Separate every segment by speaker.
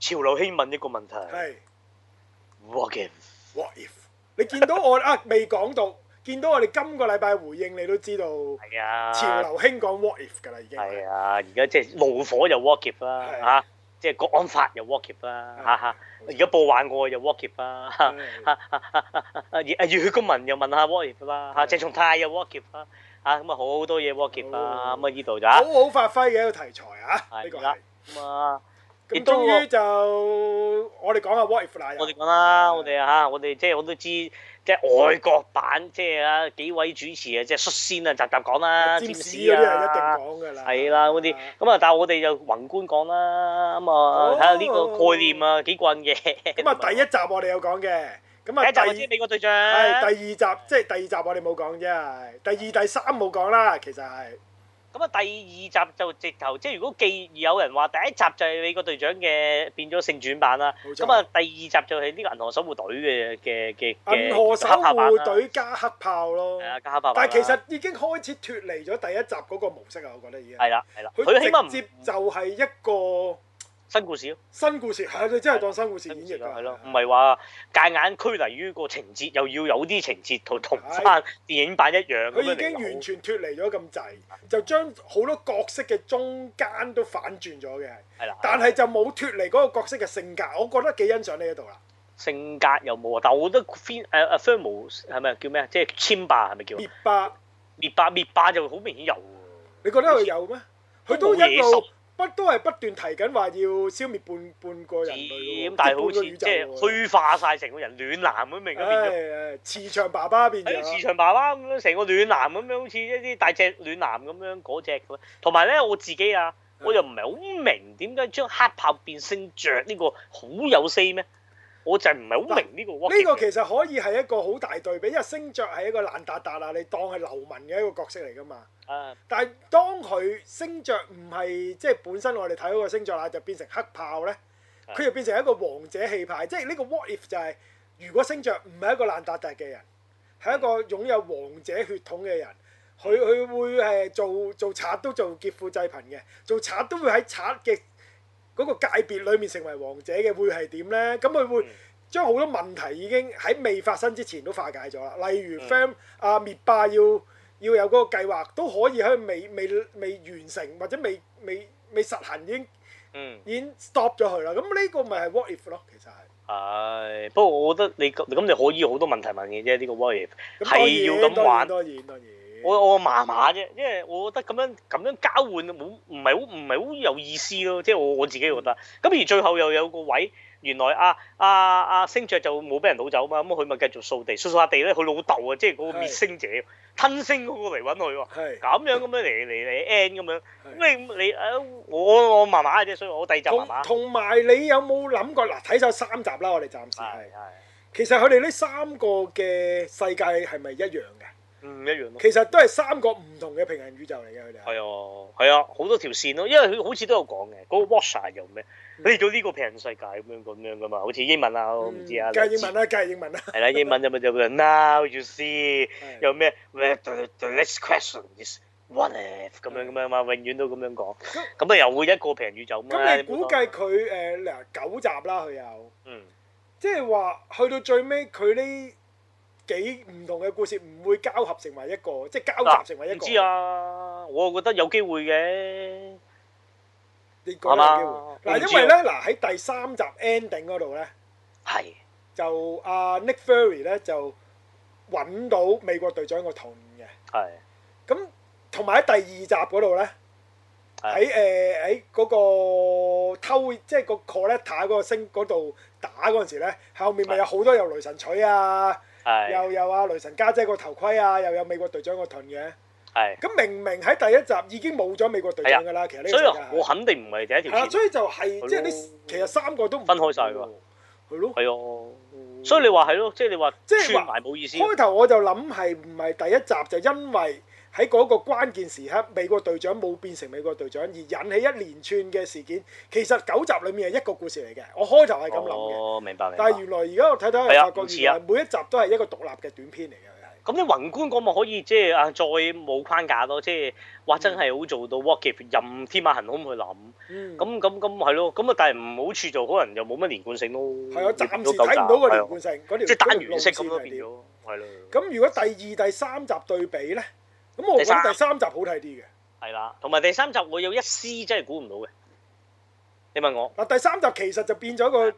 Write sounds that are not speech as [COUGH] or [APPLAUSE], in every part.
Speaker 1: 潮流興問一個問題
Speaker 2: 係
Speaker 1: ，what if？
Speaker 2: what if？你見到我啊未講到，見到我哋今個禮拜回應，你都知道
Speaker 1: 係啊，
Speaker 2: 潮流興講 what if 㗎啦，已經係。
Speaker 1: 係啊，而家即係怒火又 what if 啦
Speaker 2: 係
Speaker 1: 嚇，即係國安法又 what if 啦
Speaker 2: 係
Speaker 1: 嚇嚇，而家報幻愛又 what if 啦嚇
Speaker 2: 係
Speaker 1: 嚇嚇嚇嚇啊熱熱血公民又問下 what if 啦嚇，
Speaker 2: 係
Speaker 1: 鄭松泰又 what if 啦嚇，咁啊好多嘢 what if 啦，
Speaker 2: 好
Speaker 1: 咁啊呢度就嚇
Speaker 2: 好好發揮嘅一個題材啊！呢個
Speaker 1: 係啦
Speaker 2: 係。
Speaker 1: 咁啊。亦
Speaker 2: 咁
Speaker 1: 都
Speaker 2: 終於就我哋講下 what if 啦。又
Speaker 1: 我哋講啦，我哋啊嚇，我哋即係我都知，即係外國版，即係啊幾位主持啊，即係率先啊，集集講啦，啊
Speaker 2: 占士
Speaker 1: 士
Speaker 2: 嗰啲係一定講㗎啦。
Speaker 1: 係啦，嗰啲咁啊，但係我哋就宏觀講啦，咁啊睇下呢個概念啊幾棍嘅。
Speaker 2: 哦咁啊，第一集我哋有講嘅，咁
Speaker 1: [LAUGHS]
Speaker 2: 啊
Speaker 1: 第一集
Speaker 2: 第
Speaker 1: 我知美國隊長，
Speaker 2: 係第二集，即係第二集我哋冇講啫，第二第三冇講啦，其實係
Speaker 1: 咁啊第二集就直頭，即係如果既有人話第一集就係美國隊長嘅變咗性轉版啦，
Speaker 2: 冇錯
Speaker 1: 咁啊第二集就係呢個銀河守護隊嘅嘅嘅嘅
Speaker 2: 銀河守
Speaker 1: 黑豹版啦啊
Speaker 2: 護隊加黑豹咯
Speaker 1: 係。啊加黑豹版啦，
Speaker 2: 但係其實已經開始脱離咗第一集嗰個模式啊，我覺得已經。
Speaker 1: 係啦係啦，佢起碼
Speaker 2: 佢
Speaker 1: 唔
Speaker 2: 直接就係一個
Speaker 1: 新故事咯。
Speaker 2: 新故事，係佢真係當新故事演繹啊㗎。
Speaker 1: 係咯，唔係話界眼拘泥於個情節，又要有啲情節同同
Speaker 2: 係
Speaker 1: 翻電影版一樣咁
Speaker 2: 佢
Speaker 1: 樣
Speaker 2: 已經
Speaker 1: 嚟
Speaker 2: 完
Speaker 1: 講。
Speaker 2: 全脱離咗咁滯，就將好多角色嘅中間都反轉咗嘅，
Speaker 1: 係啦，
Speaker 2: 但係就冇脱離嗰個角色嘅性格，我覺得幾欣賞呢一度啦。
Speaker 1: 性格又冇啊，但我覺得 Fin 誒誒 Thermal 係咪叫咩啊？即係千霸係咪叫啊？
Speaker 2: 滅霸，
Speaker 1: 滅霸滅霸就好明顯有喎。
Speaker 2: 你覺得佢有咩？佢
Speaker 1: 都
Speaker 2: 都
Speaker 1: 冇
Speaker 2: 一
Speaker 1: 野
Speaker 2: 路
Speaker 1: 獸
Speaker 2: 不都係不斷提緊話要消滅半半個人類
Speaker 1: 咁
Speaker 2: 喎，
Speaker 1: 但
Speaker 2: 係
Speaker 1: 係好似即係虛化晒成個人暖男咁明啊變咗。
Speaker 2: 唉，慈祥爸爸變
Speaker 1: 喺市
Speaker 2: 咗，
Speaker 1: 場爸爸咁樣，成個暖男咁樣，好似一啲大隻暖男咁樣嗰只咁。同埋咧，我自己啊，
Speaker 2: 嗯
Speaker 1: 我又唔係好明點解將黑豹變星爵呢個好有 say 咩？我就唔係好明呢個 walking。
Speaker 2: 呢個其實可以係一個好大對比，因為星爵係一個爛達達啊，你當係流民嘅一個角色嚟㗎嘛。
Speaker 1: 啊，
Speaker 2: 但係當佢星爵唔係即係本身我哋睇嗰個星爵啦，就變成黑豹咧，
Speaker 1: 係
Speaker 2: 佢就變成一個王者氣派，即係呢個 what if 就係、如果星爵唔係一個爛達達嘅人，係一個
Speaker 1: 嗯
Speaker 2: 擁有王者血統嘅人，佢佢會係做做賊都做劫富濟貧嘅，做賊都會喺賊嘅嗰個界別裡面成為王者嘅，會係點咧？咁佢會
Speaker 1: 嗯
Speaker 2: 將好多問題已經喺未發生之前都化解咗啦，例如
Speaker 1: 嗯
Speaker 2: fam 啊滅霸要。要有嗰個計劃，都可以喺未未未完成或者未未未實行已經
Speaker 1: 嗯，
Speaker 2: 已經 stop 咗佢啦。咁呢個咪係 what if 咯，其實係。
Speaker 1: 係。不過我覺得你咁咁就可以好多問題問嘅啫，呢個 walking
Speaker 2: 咁當然
Speaker 1: 係要咁玩
Speaker 2: 當然當然當然。
Speaker 1: 我我麻麻啫，因為我覺得咁樣咁樣交換冇唔係好唔係好有意思咯，即係我我自己覺得。咁而最後又有個位，原來啊啊啊星爵就冇俾人攞走嘛，咁佢咪繼續掃地，掃掃下地咧，佢老豆啊，即係嗰個滅星者吞星嗰個嚟揾佢喎。
Speaker 2: 係
Speaker 1: 咁樣咁樣嚟嚟嚟 end 咁樣，
Speaker 2: 係
Speaker 1: 咁你你啊我我麻麻嘅啫，所以我第二集麻
Speaker 2: 同
Speaker 1: 麻。
Speaker 2: 同埋你有冇諗過嗱？睇咗三集啦，我哋暫時係
Speaker 1: 係。係，
Speaker 2: 其實佢哋呢三個嘅世界係咪一樣嘅？
Speaker 1: 嗯一樣咯。
Speaker 2: 其實都係三個唔同嘅平行宇宙嚟嘅，佢哋係。
Speaker 1: 係啊，係啊，好多條線咯，因為佢好似都有講嘅，嗰、個 Watcher 又咩，
Speaker 2: 嗯
Speaker 1: 你嚟到呢個平行世界咁樣咁樣噶嘛，好似英文啊，我唔知啊，
Speaker 2: 嗯梗係英文啦，梗係
Speaker 1: [LAUGHS]
Speaker 2: 英文啦。
Speaker 1: 係啦，英文有咪就叫 Now you see，
Speaker 2: 係
Speaker 1: 有咩 Where the the next question is what if 咁
Speaker 2: 嗯
Speaker 1: 樣咁樣嘛，永遠都咁樣講，咁啊又會一個平行宇宙咁啦
Speaker 2: 咁你估計，佢誒嗱九集啦，佢有。
Speaker 1: 嗯，
Speaker 2: 即係話去到最尾，佢呢幾唔同嘅故事唔會交合成為一個，即係交
Speaker 1: 嗱
Speaker 2: 集成為一
Speaker 1: 唔
Speaker 2: 個。
Speaker 1: 知，啊，我覺得有機會嘅，
Speaker 2: 你講得有
Speaker 1: 係嘛
Speaker 2: 機會。嗱，因為咧，嗱喺第三集 ending 嗰度咧，
Speaker 1: 係
Speaker 2: 就阿、Nick Fury 咧就揾到美國隊長個盾嘅。
Speaker 1: 係
Speaker 2: 咁同埋喺第二集嗰度咧，
Speaker 1: 係
Speaker 2: 喺誒喺嗰個偷即係個 collector 嗰個星嗰度打嗰陣時咧，後面咪有好多有雷神錘啊，
Speaker 1: 係
Speaker 2: 又有啊雷神家姐個頭盔啊，又有美國隊長個盾嘅。
Speaker 1: 係，
Speaker 2: 咁明明喺第一集已經冇咗美國隊長㗎啦，其實呢
Speaker 1: 啊
Speaker 2: 個
Speaker 1: 所以
Speaker 2: 世界
Speaker 1: 我肯定唔係第一
Speaker 2: 係
Speaker 1: 條
Speaker 2: 啦，
Speaker 1: 線，
Speaker 2: 所以嗯就係
Speaker 1: 咯
Speaker 2: 即係呢，其實三個都唔
Speaker 1: 分開晒㗎，
Speaker 2: 係咯。
Speaker 1: 係啊。所以你話係咯，即係你話
Speaker 2: 即係話
Speaker 1: 串埋冇意思。
Speaker 2: 開頭我就諗係唔係第一集就因為喺嗰個關鍵時刻，美國隊長冇變成美國隊長，而引起一連串嘅事件。其實九集裡面係一個故事嚟嘅，我開頭係咁諗嘅。
Speaker 1: 哦，明白明白
Speaker 2: 但係。原來而家我睇睇
Speaker 1: 係啊
Speaker 2: 係發
Speaker 1: 唔
Speaker 2: 覺
Speaker 1: 似啊
Speaker 2: 原來每一集都係一個獨立嘅短片嚟嘅，
Speaker 1: 咁你宏觀嗰幕可以即係啊，再冇框架咯，即係哇真係好做到 what if 任天馬行空去諗，
Speaker 2: 嗯，
Speaker 1: 咁咁咁係咯，咁啊但係唔好處就可能又冇乜連貫性咯，
Speaker 2: 係啊，暫時
Speaker 1: 嗯夠
Speaker 2: 睇唔到個
Speaker 1: 係
Speaker 2: 連
Speaker 1: 啊
Speaker 2: 貫性，嗰條
Speaker 1: 即係單
Speaker 2: 路
Speaker 1: 元式
Speaker 2: 線
Speaker 1: 咁咯
Speaker 2: 係
Speaker 1: 變
Speaker 2: 點
Speaker 1: 咗，係咯，
Speaker 2: 咁如果第二、第三集對比咧，咁我覺得第
Speaker 1: 第
Speaker 2: 三集好睇啲嘅。
Speaker 1: 係啦，同埋第三集我有一絲真係估唔到嘅，你問我
Speaker 2: 嗱，第三集其實就變咗個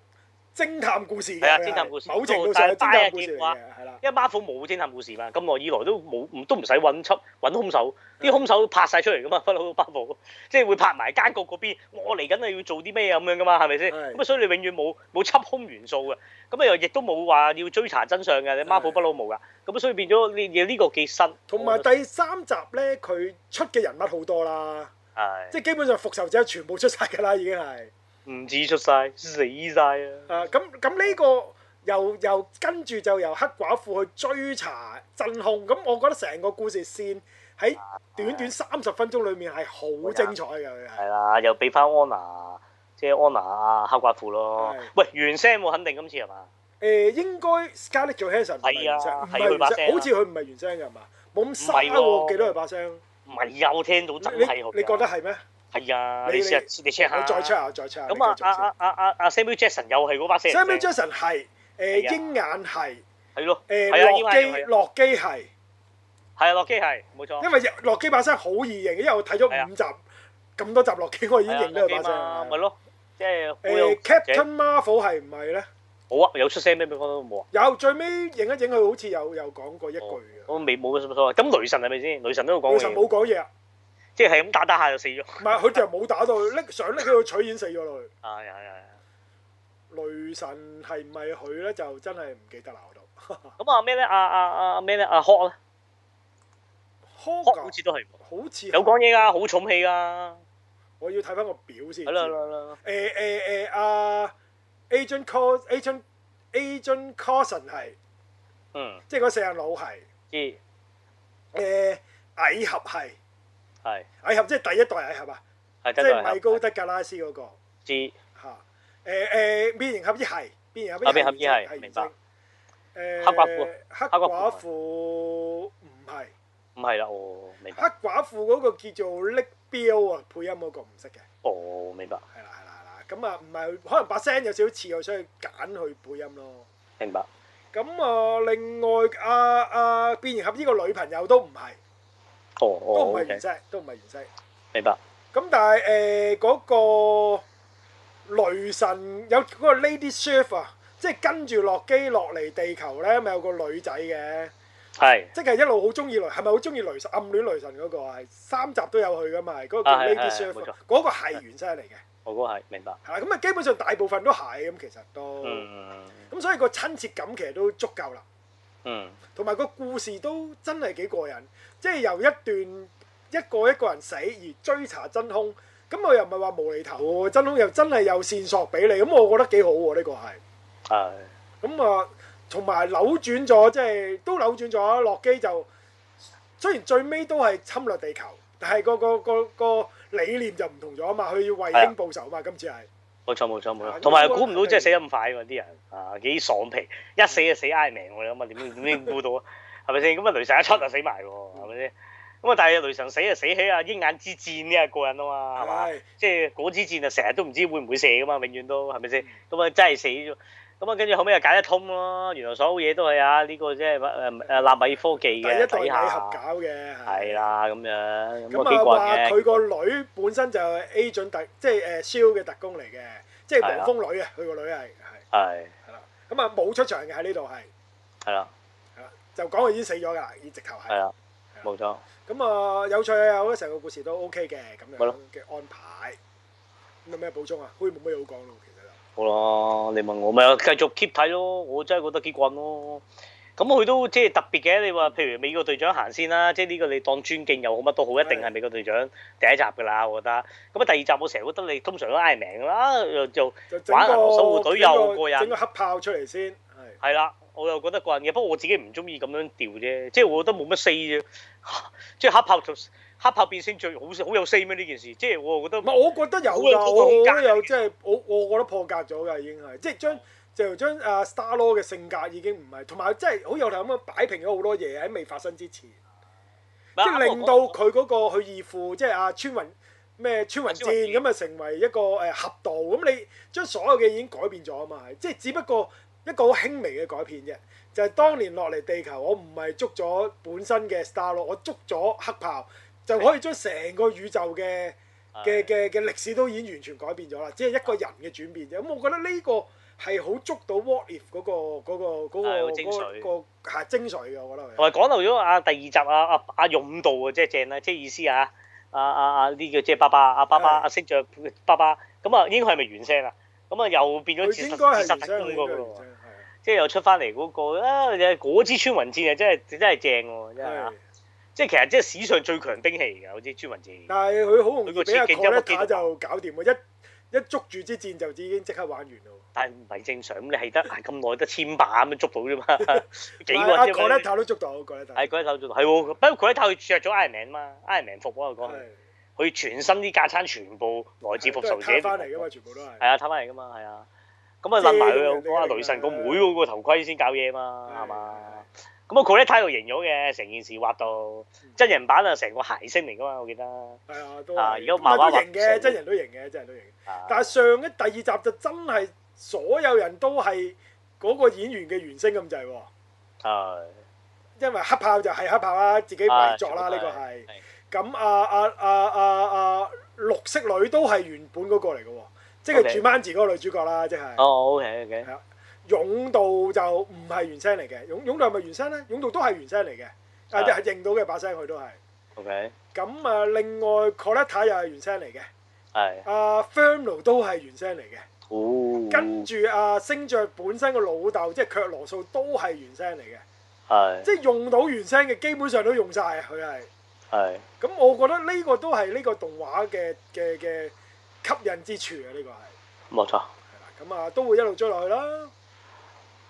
Speaker 2: 偵探故事嘅，
Speaker 1: 啊係啊偵
Speaker 2: 佢係
Speaker 1: 探故事哦
Speaker 2: 某程度上係偵探故事
Speaker 1: 都好
Speaker 2: 嚟嘅，係啦。
Speaker 1: 因為 Marvel 冇偵探故事嘛，咁耐以來都冇，唔都唔使揾出揾兇手，
Speaker 2: 嗯
Speaker 1: 啲兇手拍晒出嚟噶嘛，不嬲 Marvel，即係會拍埋奸局嗰邊，我嚟緊係要做啲咩啊咁樣噶嘛，係咪先？
Speaker 2: 係
Speaker 1: 咁啊，所以你永遠冇冇緝兇元素嘅，咁啊又亦都冇話要追查真相嘅，你 Marvel 不嬲冇噶，咁啊所以變咗你你呢個幾新，
Speaker 2: 同埋
Speaker 1: 啊
Speaker 2: 第三集咧，佢出嘅人物好多啦，
Speaker 1: 係
Speaker 2: 即係基本上復仇者全部出晒㗎啦，已經係。
Speaker 1: 唔止出晒，死晒啊！
Speaker 2: 啊，咁咁呢個又又跟住就由黑寡婦去追查真兇，咁我覺得成個故事線喺短短三十分鐘裏面係好精彩嘅，佢係
Speaker 1: 係啦，又俾翻安娜，即係安娜啊黑寡婦咯
Speaker 2: 係。
Speaker 1: 喂，原聲喎，肯定今次係嘛？
Speaker 2: 誒應該 Scarlett Johansson 唔係
Speaker 1: 係
Speaker 2: 原聲，
Speaker 1: 啊
Speaker 2: 唔
Speaker 1: 係佢把
Speaker 2: 係原聲，
Speaker 1: 聲啊
Speaker 2: 好似佢唔係原聲嘅係嘛？冇咁沙
Speaker 1: 唔係喎
Speaker 2: 喎，記得佢把聲。
Speaker 1: 唔係又聽到真
Speaker 2: 你
Speaker 1: 係好㗎。
Speaker 2: 你覺得係咩？
Speaker 1: 係啊？
Speaker 2: 你
Speaker 1: 你試下
Speaker 2: 你
Speaker 1: 你 check 下。
Speaker 2: 我再 check 下，再 check 下。
Speaker 1: 咁啊
Speaker 2: 你繼續先
Speaker 1: 啊啊啊啊啊 Samuel Jackson 又係嗰把聲。
Speaker 2: Samuel Jackson 係
Speaker 1: 係
Speaker 2: 誒
Speaker 1: 啊
Speaker 2: 鷹眼係
Speaker 1: 係咯，係啊，
Speaker 2: 誒
Speaker 1: 應該係
Speaker 2: 洛基
Speaker 1: 係啊
Speaker 2: 洛基係。
Speaker 1: 係啊，洛基係冇錯。
Speaker 2: 因為洛基把聲好易認，因為我睇咗五集咁多集洛基，我已經
Speaker 1: 啊係啊
Speaker 2: 認得
Speaker 1: 洛
Speaker 2: 佢
Speaker 1: 基
Speaker 2: 把
Speaker 1: 嘛咪
Speaker 2: 聲。
Speaker 1: 咯，即係好有
Speaker 2: 誒 Captain Marvel 係唔係咧？
Speaker 1: 冇啊，有出聲咩？俾我都冇啊，
Speaker 2: 有最尾影一影，佢好似有有講過一句嘅。
Speaker 1: 我未冇乜所謂。咁雷神係咪先？雷神都有哦講
Speaker 2: 其實
Speaker 1: 嘢，
Speaker 2: 冇講嘢啊，
Speaker 1: 即係係咁打打下就死咗。
Speaker 2: 唔係佢就冇打到，拎想拎佢取演死咗落去。
Speaker 1: 啊係係係。
Speaker 2: 雷神係唔係佢咧？就真係唔記得啦，我都。
Speaker 1: 咁啊咩咧？啊啊啊咩咧？啊 Hawk 咧，Hawk 哦好
Speaker 2: Hawk 啊
Speaker 1: 似都係
Speaker 2: 好似
Speaker 1: 有講嘢㗎，好重氣㗎。
Speaker 2: 我要睇翻個表先。
Speaker 1: 係啦係啦係啦。
Speaker 2: 誒誒誒啊，Agent Cos Agent Agent Carson 係，
Speaker 1: 嗯，
Speaker 2: 即係嗰四眼佬係。
Speaker 1: 知
Speaker 2: 誒蟻呃俠係
Speaker 1: 係
Speaker 2: 蟻俠，即係第一代蟻俠啊，
Speaker 1: 係
Speaker 2: 即
Speaker 1: 真
Speaker 2: 係米
Speaker 1: 係
Speaker 2: 高德格拉斯嗰個
Speaker 1: 知。
Speaker 2: 嚇。誒誒，變形俠醫係變形
Speaker 1: 啊
Speaker 2: 俠醫
Speaker 1: 變形俠醫係
Speaker 2: 原
Speaker 1: 明
Speaker 2: 聲
Speaker 1: 白
Speaker 2: 誒
Speaker 1: 黑寡婦啊
Speaker 2: 黑
Speaker 1: 黑
Speaker 2: 寡
Speaker 1: 寡啊
Speaker 2: 婦唔係
Speaker 1: 唔係啦，哦，明白
Speaker 2: 黑。寡婦嗰個叫做 Nick Bill 啊，配音嗰個唔識嘅，
Speaker 1: 哦，明白，
Speaker 2: 係啦係啦係啦。咁啊，唔係可能把聲有少少似佢，所以揀佢配音咯。
Speaker 1: 明白。
Speaker 2: 咁啊，另外啊啊，變形俠醫個女朋友都唔係，
Speaker 1: 哦
Speaker 2: 都
Speaker 1: 哦
Speaker 2: 唔係
Speaker 1: ，OK，
Speaker 2: 原聲，都唔係原聲。
Speaker 1: 明白。
Speaker 2: 咁但係誒嗰個雷神有嗰個 Lady Sif 啊，即係跟住洛基落嚟地球咧，咪有個女仔嘅，
Speaker 1: 係
Speaker 2: 即係一路好中意雷，係咪好中意雷神暗戀雷神嗰個啊？係三集都有佢噶嘛，係嗰個叫
Speaker 1: 啊係係
Speaker 2: Lady Sif，
Speaker 1: 冇錯
Speaker 2: 嗰個係原聲嚟嘅，
Speaker 1: 我嗰個係明白。
Speaker 2: 係啦，咁啊基本上大部分都係咁，其實都，咁、
Speaker 1: 嗯
Speaker 2: 所以個親切感其實都足夠啦。
Speaker 1: 嗯，
Speaker 2: 同埋個故事都真係幾過癮，即係由一段一個一個人死而追查真兇，咁啊我又唔係話無厘頭喎，真兇又真係有線索俾你，咁我覺得幾好喎呢個係，
Speaker 1: 係
Speaker 2: 咁啊同埋扭轉咗，即係都扭轉咗洛基就雖然最尾都係侵略地球，但係個個個個理念就唔同咗啊嘛，佢要為
Speaker 1: 啊係啊
Speaker 2: 兄報仇嘛，今次係。
Speaker 1: 冇錯冇錯冇
Speaker 2: 啊
Speaker 1: 錯。同埋估唔到真係死得咁快喎，啲人啊幾爽皮，一死就死挨命喎，咁啊點點估到啊？ [LAUGHS] 係咪先？咁啊雷神一出就死埋喎，
Speaker 2: 嗯
Speaker 1: 係咪先？咁啊但係雷神死就死喺啊鷹眼之箭呢一個人啊嘛，係嘛？
Speaker 2: 係
Speaker 1: 即係嗰支箭啊，成日都唔知會唔會射噶嘛，永遠都係咪
Speaker 2: 嗯
Speaker 1: 先？咁啊真係死咗。咁啊，跟住後尾又解得通咯。原來所有嘢都係啊，呢、個即係誒誒納米科技
Speaker 2: 第一
Speaker 1: 嘅
Speaker 2: 代
Speaker 1: 底
Speaker 2: 禮
Speaker 1: 下
Speaker 2: 合，搞嘅
Speaker 1: 啊係啊啦咁樣，咁
Speaker 2: 咁
Speaker 1: 啊幾
Speaker 2: 啊
Speaker 1: 過
Speaker 2: 話
Speaker 1: 癮
Speaker 2: 佢
Speaker 1: 嘅。
Speaker 2: 個女本身就係 agent 特，即係誒 Shield 嘅特工嚟嘅，即係
Speaker 1: 係
Speaker 2: 黃
Speaker 1: 啊
Speaker 2: 蜂女啊，佢個女係係
Speaker 1: 係
Speaker 2: 係啦。咁啊冇出場嘅喺呢度係
Speaker 1: 係啦
Speaker 2: 係啦，就講佢已經死咗㗎啦，而直頭
Speaker 1: 係
Speaker 2: 係。
Speaker 1: 啦，冇錯。
Speaker 2: 咁啊有趣啊，我覺得成個故事都 OK 嘅咁
Speaker 1: 咪
Speaker 2: 樣
Speaker 1: 咯
Speaker 2: 嘅安排。咁有咩補充啊？好似冇咩好講咯，其實就。
Speaker 1: 好咯，你問我咪繼續 keep 睇咯，我真係覺得幾棍咯。咁佢都即係特別嘅，你話譬如美國隊長行先啦，即係呢個你當尊敬又好乜都好，一定係美國隊長第一集㗎啦，我覺得。咁啊第二集我成日覺得你通常都嗌名㗎啦，又又
Speaker 2: 就整
Speaker 1: 玩銀河守護
Speaker 2: 個
Speaker 1: 隊
Speaker 2: 整
Speaker 1: 又
Speaker 2: 個
Speaker 1: 過癮
Speaker 2: 整個黑炮出嚟先，係
Speaker 1: 係啦，我又覺得過癮嘅，不過我自己唔中意咁樣調啫，即係我覺得冇乜 say 啫，即係黑豹就黑豹變星最好好有 say 咩呢件事？即係我又覺得
Speaker 2: 唔係，我覺得有㗎，
Speaker 1: 好有
Speaker 2: 我我
Speaker 1: 空間
Speaker 2: 覺得有即係我我覺得破格咗㗎，已經係即係將就將阿 Star Law 嘅性格已經唔係，同埋即係好有頭咁樣擺平咗好多嘢喺未發生之前，即係令到佢嗰個佢義父即係阿川雲咩川雲
Speaker 1: 川雲
Speaker 2: 戰
Speaker 1: 健
Speaker 2: 咁啊，成為一個誒俠盜咁。你將所有嘅已經改變咗啊嘛，即係只不過一個好輕微嘅改變啫。就係當年落嚟地球，我唔係捉咗本身嘅 Star Law，我捉咗黑豹，就可以將成個宇宙嘅。嘅嘅嘅歷史都已經完全改變咗啦，只係一個人
Speaker 1: 啊
Speaker 2: 嘅轉變啫。咁我覺得呢個係好捉到 What If 嗰、個嗰、個嗰、
Speaker 1: 係
Speaker 2: 個
Speaker 1: 好精
Speaker 2: 嗰、
Speaker 1: 髓
Speaker 2: 個係精髓嘅，我覺得
Speaker 1: 同
Speaker 2: 係。
Speaker 1: 埋講漏咗啊，第二集啊啊啊勇道啊，即係正啦，即係意思啊啊啊啊呢個即係爸爸啊爸爸
Speaker 2: 係
Speaker 1: 啊識咗爸爸，咁啊應該係咪原聲啦？咁啊又變咗自
Speaker 2: 佢應
Speaker 1: 殺自
Speaker 2: 該係
Speaker 1: 殺
Speaker 2: 原
Speaker 1: 特
Speaker 2: 聲，
Speaker 1: 工嗰
Speaker 2: 佢應
Speaker 1: 個
Speaker 2: 該
Speaker 1: 喎
Speaker 2: 係原聲，
Speaker 1: 即係又出翻嚟嗰個啊！嗰支穿雲箭啊，真係真係正喎，真係
Speaker 2: 係
Speaker 1: 啊
Speaker 2: 係。！
Speaker 1: 即係其實即係史上最強兵器嚟㗎，嗰支穿雲箭。
Speaker 2: 但係佢好容
Speaker 1: 佢個
Speaker 2: 易俾阿
Speaker 1: 設計真係
Speaker 2: Coletta 就搞掂喎，一一捉住支箭就已經即刻玩完咯。
Speaker 1: 但係唔係正常，咁你係得係咁耐得千把咁樣捉到啫
Speaker 2: [LAUGHS]
Speaker 1: 嘛，幾個
Speaker 2: 阿
Speaker 1: 啫嘛。
Speaker 2: Coletta 都捉到
Speaker 1: 係
Speaker 2: ，Coletta。
Speaker 1: 嗰一套做到，係喎。不過嗰一套佢着咗 Iron Man 嘛，Iron Man 服啊，我講
Speaker 2: 係
Speaker 1: 佢全身啲架撐全部來自
Speaker 2: 係都
Speaker 1: 復仇
Speaker 2: 係
Speaker 1: 者
Speaker 2: 攤
Speaker 1: 聯
Speaker 2: 翻
Speaker 1: 盟。
Speaker 2: 嚟㗎嘛，全部都係。
Speaker 1: 係啊，攤翻嚟噶嘛，係啊。咁啊，撚埋佢
Speaker 2: 遮
Speaker 1: 又
Speaker 2: 咁
Speaker 1: 講
Speaker 2: 人哋
Speaker 1: 下
Speaker 2: 嚟㗎
Speaker 1: 雷神個妹嗰個頭盔先搞嘢嘛，
Speaker 2: 係
Speaker 1: 係嘛？咁啊，佢咧態度型咗嘅，成件事畫到
Speaker 2: 嗯
Speaker 1: 真人版啊，成個諧星嚟噶嘛，我記得。
Speaker 2: 係啊，都係。
Speaker 1: 啊而家
Speaker 2: 唔係
Speaker 1: 漫畫
Speaker 2: 都
Speaker 1: 畫
Speaker 2: 型
Speaker 1: 成
Speaker 2: 嘅，真人都型嘅，真人都型。
Speaker 1: 啊
Speaker 2: 但係上一第二集就真係所有人都係嗰個演員嘅原聲咁滯喎，
Speaker 1: 係
Speaker 2: 因為黑豹就係黑豹啦，自己
Speaker 1: 啊
Speaker 2: 遺作啦，呢個係。咁啊啊啊啊啊綠色女都係原本嗰個嚟嘅喎，即係
Speaker 1: OK
Speaker 2: 住掹字嗰個女主角啦，即係。
Speaker 1: 哦，OK OK，
Speaker 2: 勇道就唔係原聲嚟嘅，勇勇道係咪原聲咧？勇道都係原聲嚟嘅，但係
Speaker 1: 哦啊
Speaker 2: 係認到嘅把聲佢都係。
Speaker 1: OK，
Speaker 2: 咁啊，另外 Coletta 又係原聲嚟嘅，
Speaker 1: 係。
Speaker 2: 阿 Ferno 都係原聲嚟嘅。
Speaker 1: 哦。
Speaker 2: 跟住啊，星爵本身個老豆即係卻羅素都係原聲嚟嘅，
Speaker 1: 係
Speaker 2: 即係用到原聲嘅基本上都用晒啊佢係。
Speaker 1: 係
Speaker 2: 咁我覺得呢個都係呢個動畫嘅嘅嘅吸引之處啊！呢、個係
Speaker 1: 冇錯。
Speaker 2: 係啦，咁啊都會一路追落去啦。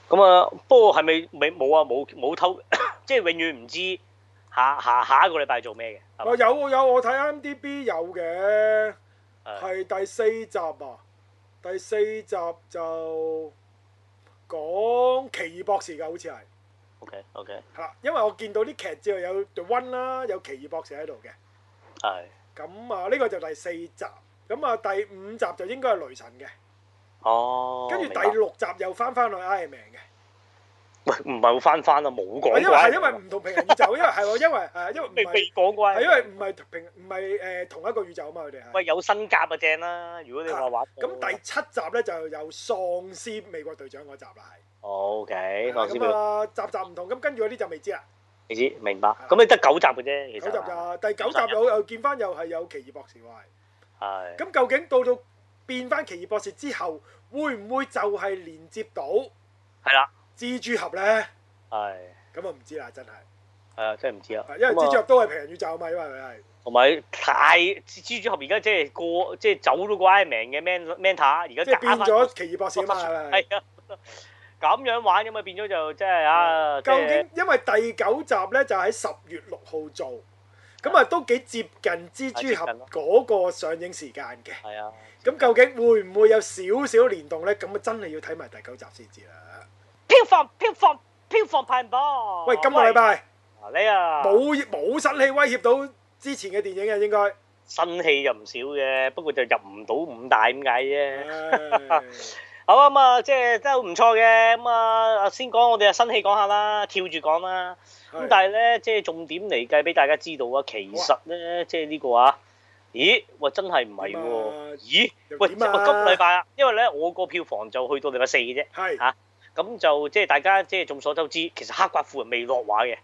Speaker 1: 咁啊，不過係咪未冇啊冇冇偷， [COUGHS] 即係永遠唔知下下下一個禮拜做咩嘅係
Speaker 2: 啊
Speaker 1: 嘛
Speaker 2: 有有我睇 IMDB 有嘅，
Speaker 1: 係？
Speaker 2: 係第四集啊，第四集就講奇異博士㗎，好似係
Speaker 1: OK OK，
Speaker 2: 係啦，因為我見到啲劇照有 The One 啦，有奇異博士喺度嘅。
Speaker 1: 係
Speaker 2: 咁啊，呢個就第四集。咁啊，第五集就應該係雷神嘅，
Speaker 1: 哦。
Speaker 2: 跟住
Speaker 1: 明白
Speaker 2: 第六集又翻翻去 Iron Man 嘅。
Speaker 1: 喂唔係好翻翻啊，冇講過。
Speaker 2: 因為係因為唔同平行宇宙，因為係喎，
Speaker 1: [LAUGHS]
Speaker 2: 因為係因為唔
Speaker 1: 未未
Speaker 2: 係
Speaker 1: 講過啊
Speaker 2: 係因為唔係平唔係誒同一個宇宙啊嘛，佢哋係。
Speaker 1: 喂有新甲啊正啦，如果你話玩
Speaker 2: 啊咁第七集咧就有喪屍美國隊長嗰集啦，
Speaker 1: O
Speaker 2: 係。
Speaker 1: K，我知
Speaker 2: 咁啊，集集唔同，咁跟住嗰啲就未知啦。
Speaker 1: 你知明白。咁你得九集嘅啫，其
Speaker 2: 啊九
Speaker 1: 實
Speaker 2: 集就第九集
Speaker 1: 啊九集
Speaker 2: 又又見翻又係有奇異博士喎，係。
Speaker 1: 係
Speaker 2: 咁究竟到到變翻奇異博士之後，會唔會就係連接到
Speaker 1: 係啦，
Speaker 2: 蜘蛛俠咧？
Speaker 1: 係
Speaker 2: 咁啊唔知啦，真係。
Speaker 1: 係啊，真係唔知啊
Speaker 2: 啊。因為
Speaker 1: 咁啊
Speaker 2: 蜘蛛俠都係平行宇宙啊嘛，因為佢係
Speaker 1: 同埋太蜘蛛俠而家即係過即係走咗個 Iron Man 嘅 Man Manta，而家
Speaker 2: 即係變咗奇異博士啊嘛，
Speaker 1: [LAUGHS]
Speaker 2: 係咪？
Speaker 1: 係啊，咁樣玩咁啊變咗就即係啊，即
Speaker 2: 究
Speaker 1: 係
Speaker 2: 竟因為第九集咧就喺十月六號做，咁啊都幾接近蜘蛛
Speaker 1: 係接近
Speaker 2: 俠
Speaker 1: 咯
Speaker 2: 嗰個上映時間嘅。
Speaker 1: 係啊，
Speaker 2: 咁究竟會唔會有少少連動咧？咁啊真係要睇埋第九集先知啦。
Speaker 1: 票房票房票房排行榜，
Speaker 2: 喂，今個禮拜
Speaker 1: 嗱你啊
Speaker 2: 冇冇新戲威脅到之前嘅電影嘅應該。
Speaker 1: 新戲就唔少嘅，不過就入唔到五大咁解啫。
Speaker 2: 唉
Speaker 1: 好啊咁啊，即係都唔錯嘅。咁啊，先講我哋嘅新戲講下啦，跳住講啦。咁但係咧，即係重點嚟計俾大家知道啊。其實咧，即係呢個啊，咦？喂，真係唔係
Speaker 2: 點
Speaker 1: 喎
Speaker 2: 啊？
Speaker 1: 咦？
Speaker 2: 又
Speaker 1: 喂，
Speaker 2: 點
Speaker 1: 今
Speaker 2: 啊
Speaker 1: 個禮拜啊，因為咧我個票房就去到禮拜四嘅啫。
Speaker 2: 係
Speaker 1: 啊咁就即係大家即係眾所周知，其實黑寡婦係未落畫嘅。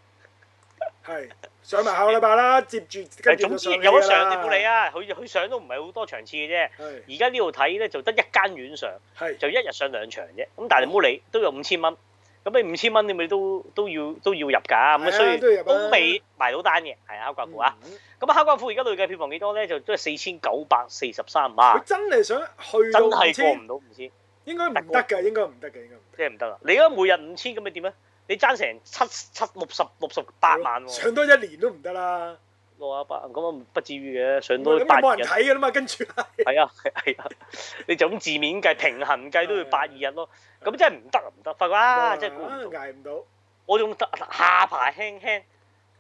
Speaker 2: 係上埋下個禮拜啦，接住跟住
Speaker 1: 總
Speaker 2: 就
Speaker 1: 之
Speaker 2: 上
Speaker 1: 有得
Speaker 2: 戲
Speaker 1: 上
Speaker 2: 啦
Speaker 1: 你冇理。啊，佢佢上都唔係好多場次嘅啫。
Speaker 2: 係
Speaker 1: 而家呢度睇咧就得一間院上。
Speaker 2: 係
Speaker 1: 就一日上兩場啫。咁但係你唔好
Speaker 2: 哦
Speaker 1: 理，都有五千蚊。咁你五千蚊你咪都都要都要入㗎。咁
Speaker 2: 係
Speaker 1: 啊，
Speaker 2: 啊
Speaker 1: 所以
Speaker 2: 都要入啊
Speaker 1: 都未埋到單嘅，係啊，黑寡婦啊。
Speaker 2: 嗯
Speaker 1: 咁啊，黑寡婦而家累計票房幾多咧？就都係四千九百四十三
Speaker 2: 佢
Speaker 1: 萬，
Speaker 2: 真係想去
Speaker 1: 真
Speaker 2: 到
Speaker 1: 係過
Speaker 2: 千
Speaker 1: 唔，到五千，
Speaker 2: 應該唔得嘅，應該唔得嘅，應該唔得。
Speaker 1: 即係唔得啦。你而家每日五千咁，你點啊？你爭成七七六十六十八萬喎，
Speaker 2: 上多一年都唔得啦。
Speaker 1: 六啊八咁啊，不至於嘅，上到
Speaker 2: 咁啊
Speaker 1: 八
Speaker 2: 冇
Speaker 1: 二
Speaker 2: 人
Speaker 1: 日。
Speaker 2: 睇㗎啦嘛，跟住係
Speaker 1: 係啊，係係啊， [LAUGHS] 你就咁字面計、平衡計都要八二日咯。
Speaker 2: 嗯
Speaker 1: 咁真係唔得唔得，發覺
Speaker 2: [LAUGHS]
Speaker 1: 啊，真係估唔到。
Speaker 2: 捱唔到。
Speaker 1: 我仲得下排輕輕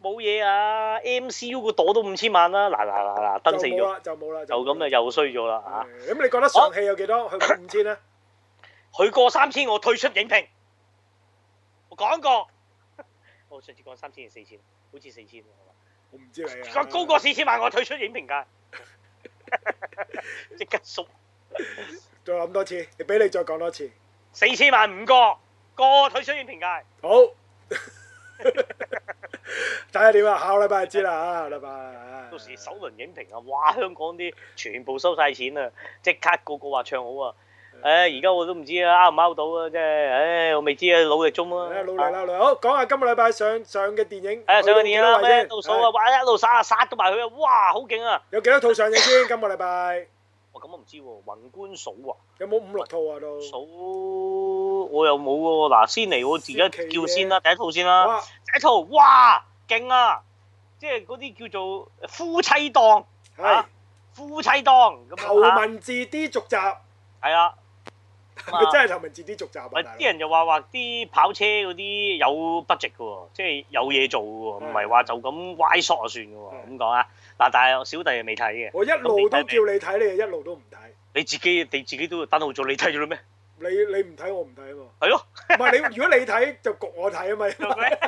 Speaker 1: 冇嘢啊，MCU 個朵都五千萬啦，嗱嗱嗱嗱，
Speaker 2: 就
Speaker 1: 登死
Speaker 2: 冇
Speaker 1: 咗，
Speaker 2: 啦，嗯就冇啦，
Speaker 1: 就
Speaker 2: 冇
Speaker 1: 咁啊又衰咗啦嚇。
Speaker 2: 誒咁你覺得上戲有幾多？去五千啦。
Speaker 1: 佢過三千，我退出影評。我講過，我上次講三千定四千，好似四千喎。
Speaker 2: 我唔知你啊。
Speaker 1: 係嘛 [LAUGHS] 高過四千萬，我退出影評界。 [LAUGHS] 即刻縮
Speaker 2: 再諗多次，你俾你再講多次。
Speaker 1: 四千萬五個，個退出影評界。
Speaker 2: 好。 [LAUGHS] 睇下點啊？下個禮拜就知啦啊，下個禮拜。
Speaker 1: 到時首輪影評啊，哇！香港啲全部收晒錢啊，即刻個個話唱好啊！唉，而家我都唔知啊，啱唔啱到啊，真係，唉，我未知啊，努力中啊，
Speaker 2: 誒努力啦，努力！好，講下今個禮拜上上嘅電影。
Speaker 1: 係啊，上緊年啦，
Speaker 2: 去到幾多
Speaker 1: 咩
Speaker 2: 位先
Speaker 1: 倒數啊，！哇，一路殺啊，殺到埋佢啊，哇，好勁啊！
Speaker 2: 有幾多套上映先？今個禮拜
Speaker 1: 我咁我唔知喎，宏觀數啊，
Speaker 2: 有冇五六套啊？都
Speaker 1: 數我又冇喎，嗱，先嚟我而家
Speaker 2: 先期
Speaker 1: 叫
Speaker 2: 嘅
Speaker 1: 先啦，第一套先啦，
Speaker 2: 哇，
Speaker 1: 第一套，哇，勁啊！即係嗰啲叫做夫妻檔，
Speaker 2: 係
Speaker 1: 夫妻檔咁
Speaker 2: 頭
Speaker 1: 樣啊，
Speaker 2: 文字 D 續集，係
Speaker 1: 係啦。
Speaker 2: 咪真係頭文字 D 續集啊？
Speaker 1: 喂，
Speaker 2: 大佬
Speaker 1: 啲人就話話啲跑車嗰啲有 budget 嘅喎，即係有嘢做
Speaker 2: 嗯
Speaker 1: 嘅喎，唔係話就咁歪索就算嘅喎，咁講啊。嗱，但係我小弟又未睇嘅，
Speaker 2: 我一路都叫你睇，你一路都唔睇。
Speaker 1: 你自己你自己都登號做，你睇咗啦咩？
Speaker 2: 你你唔睇我唔睇啊嘛。
Speaker 1: 係咯，
Speaker 2: [LAUGHS] 唔 [LAUGHS] 係你，如果你睇就焗我睇啊 [LAUGHS] 嘛。
Speaker 1: 係咪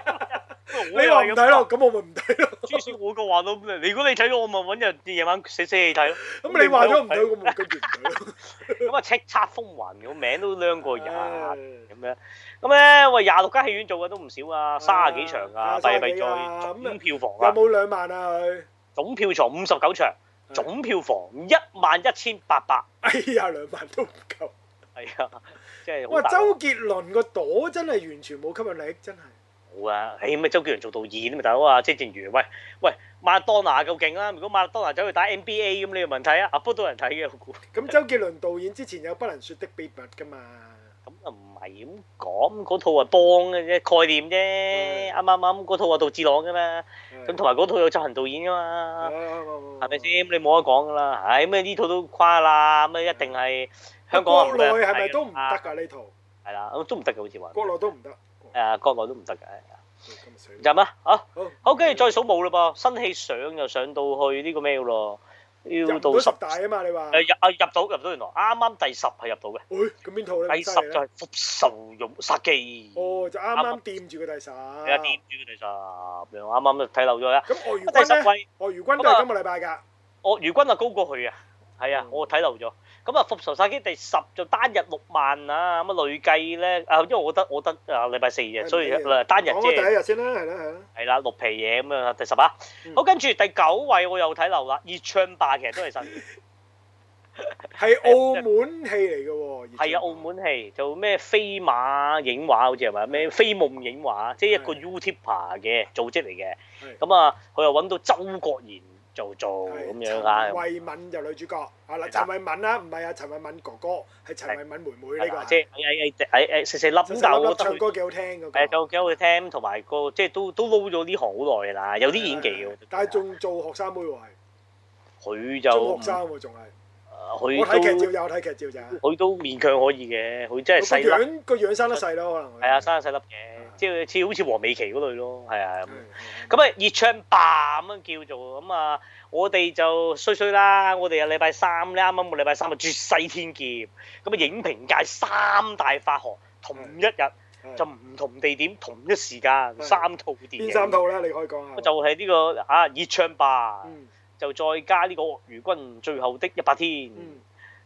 Speaker 2: 你話唔睇，咯，咁我啊咪唔睇
Speaker 1: 我又
Speaker 2: 咯。
Speaker 1: 係咁朱小我個話到咩？如果你睇咗，我咪揾日夜晚死死你睇咯。
Speaker 2: 咁你話咗唔睇，咁咪跟住唔睇 [LAUGHS] 咯。
Speaker 1: 咁啊，叱咤風雲個名都孏
Speaker 2: 哎
Speaker 1: 過人。
Speaker 2: 唉
Speaker 1: 咁樣，咁咧喂廿六間戲院做嘅都唔少啊，三十幾場
Speaker 2: 啊
Speaker 1: 啊，幣
Speaker 2: 卅
Speaker 1: 幣
Speaker 2: 幾啊
Speaker 1: 再
Speaker 2: 咁啊
Speaker 1: 總票房
Speaker 2: 有
Speaker 1: 啊，
Speaker 2: 冇兩萬啊？佢
Speaker 1: 總票房五十九場，
Speaker 2: 嗯
Speaker 1: 總票房一萬一千八百，
Speaker 2: 哎呀，兩萬都唔夠。
Speaker 1: 係啊，即係好
Speaker 2: 哇！
Speaker 1: 大
Speaker 2: 周杰倫個朵真係完全冇吸引力，真係。
Speaker 1: 好啊！誒咩周杰倫做導演咪大佬啊！即係正如喂喂馬當娜夠勁啦，啊如果馬當娜走去打 NBA 咁，你有問題啊？啊不過都有人睇嘅，我估
Speaker 2: 咁周杰倫導演之前有《不能説的秘密》噶嘛？
Speaker 1: 咁啊唔係咁講，嗰套啊幫嘅啫，概
Speaker 2: 嗯
Speaker 1: 念啫，啱啱啱嗰套啊杜志朗噶嘛，咁同埋嗰套有執行導演噶嘛。
Speaker 2: 嗯哦
Speaker 1: 係
Speaker 2: 係
Speaker 1: 咪先？你冇得講噶啦，唉咩呢套都跨啦，咁啊一定係香港
Speaker 2: 啊國內係咪都唔得
Speaker 1: 㗎？
Speaker 2: 㗎呢套？
Speaker 1: 啊係啦，咁都唔得嘅好似話。
Speaker 2: 國內都唔得。
Speaker 1: 誒呃國內都唔得嘅，
Speaker 2: 咁水
Speaker 1: 就咁啦，好。
Speaker 2: 好，
Speaker 1: 好，跟住再數冇嘞噃，新戲上就上到去呢個咩咯，要
Speaker 2: 入
Speaker 1: 到
Speaker 2: 到
Speaker 1: 十
Speaker 2: 十大啊嘛？你話？
Speaker 1: 誒入啊入到入到原來啱啱第十係入到嘅，
Speaker 2: 誒咁邊套咧？
Speaker 1: 第十
Speaker 2: 犀利
Speaker 1: 就
Speaker 2: 咧
Speaker 1: 係復仇勇殺技，係
Speaker 2: 哦，就啱啱掂住佢第十。
Speaker 1: 啊掂住嘅第十，咁樣啱啱就睇漏咗啦。
Speaker 2: 咁外魚
Speaker 1: 第十啊
Speaker 2: 君咧？
Speaker 1: 位
Speaker 2: 外魚君都係今個禮拜㗎。
Speaker 1: 鱷魚君啊高過佢啊，係
Speaker 2: 嗯
Speaker 1: 啊，我睇漏咗。咁啊，復仇殺機第十就單日六萬啊，咁啊累計咧啊，因為我得我得啊禮拜四
Speaker 2: 係
Speaker 1: 嘅，所以
Speaker 2: 唔緊
Speaker 1: 嗱
Speaker 2: 要
Speaker 1: 單日
Speaker 2: 講
Speaker 1: 啫。
Speaker 2: 咗第一日先啦，係啦係啦。
Speaker 1: 係啦，六皮嘢咁樣啦，第十啊。
Speaker 2: 嗯
Speaker 1: 好，跟住第九位我又睇漏啦，熱唱霸其實都係
Speaker 2: [LAUGHS]
Speaker 1: 新，
Speaker 2: 係澳門戲嚟嘅喎。熱
Speaker 1: [LAUGHS] 係啊，
Speaker 2: 唱
Speaker 1: 澳門戲就咩飛馬影畫好似係咪？咩飛夢影畫，即係一個
Speaker 2: 係
Speaker 1: YouTuber 嘅組織嚟嘅。
Speaker 2: 係
Speaker 1: 咁啊，佢又揾到周國賢做做
Speaker 2: 係
Speaker 1: 咁樣啊。
Speaker 2: 陳慧敏就女主角，啊
Speaker 1: 係啦
Speaker 2: 嗱，陳慧敏啦，唔係啊，陳慧敏哥哥，係陳慧敏妹妹
Speaker 1: 係
Speaker 2: 呢個
Speaker 1: 啦
Speaker 2: 啊。
Speaker 1: 即係哎誒誒誒誒細細粒
Speaker 2: 細
Speaker 1: 咁，但係
Speaker 2: 細粒
Speaker 1: 我
Speaker 2: 粒
Speaker 1: 覺得
Speaker 2: 唱
Speaker 1: 佢。
Speaker 2: 歌幾好聽嗰個。
Speaker 1: 誒就幾好聽，同埋個即係都都撈咗呢行好耐㗎啦，有啲演技嘅。我覺得
Speaker 2: 但係仲做學生妹喎，係
Speaker 1: 佢就
Speaker 2: 中學生喎，仲係。我睇
Speaker 1: 佢
Speaker 2: 劇照
Speaker 1: 都
Speaker 2: 有睇劇照咋。
Speaker 1: 佢都勉強可以嘅，佢真係
Speaker 2: 個
Speaker 1: 細粒，
Speaker 2: 樣個樣生得細咯，可能佢。
Speaker 1: 係啊，生得細粒嘅，
Speaker 2: 係
Speaker 1: 即係似好似黃美琪嗰類咯，係啊咁。
Speaker 2: 係。
Speaker 1: 咁啊，熱唱吧咁樣叫做咁啊，我哋就衰衰啦，我哋啊禮拜三咧，啱啱個禮拜三啊絕世天劍，咁啊影評界三大發行同一日
Speaker 2: 係
Speaker 1: 就唔同地點同一時間
Speaker 2: 係
Speaker 1: 三套電影，
Speaker 2: 邊三套咧？你可以講下。
Speaker 1: 就係呢個啊熱唱吧。
Speaker 2: 嗯
Speaker 1: 就再加呢個鱷魚君最後的一百天，
Speaker 2: 嗯，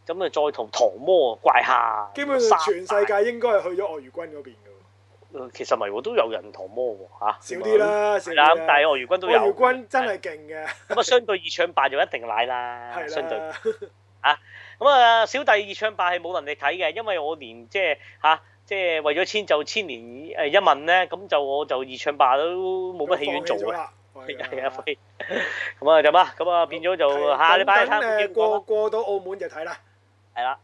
Speaker 1: 咁啊再同唐魔怪下，啊
Speaker 2: 基本上
Speaker 1: 三
Speaker 2: 全世界應該係去咗外魚君嗰邊嘅喎，
Speaker 1: 大呃其實咪我都有人唐魔喎嚇
Speaker 2: 少啲，啦，少
Speaker 1: 係
Speaker 2: 啲
Speaker 1: 啦，咁但係
Speaker 2: 啦。
Speaker 1: 鱷魚君都有，
Speaker 2: 外魚君真係勁嘅， [LAUGHS]
Speaker 1: 咁啊相對二唱霸就一定奶啦，相對
Speaker 2: 係啦。
Speaker 1: 咁啊小弟二唱霸係冇能力睇嘅，因為我連即係嚇。即係為咗遷就千年誒一問咧，咁就我就二唱霸都冇乜戲院做
Speaker 2: 就放棄咗
Speaker 1: 啊，
Speaker 2: 啦。
Speaker 1: [LAUGHS] 係啊，廢咁啊就乜咁啊變咗就
Speaker 2: 係
Speaker 1: 下禮拜
Speaker 2: 等
Speaker 1: 三
Speaker 2: 等誒
Speaker 1: 見講
Speaker 2: 過
Speaker 1: 啦，
Speaker 2: 過到澳門就睇啦。
Speaker 1: 係啦。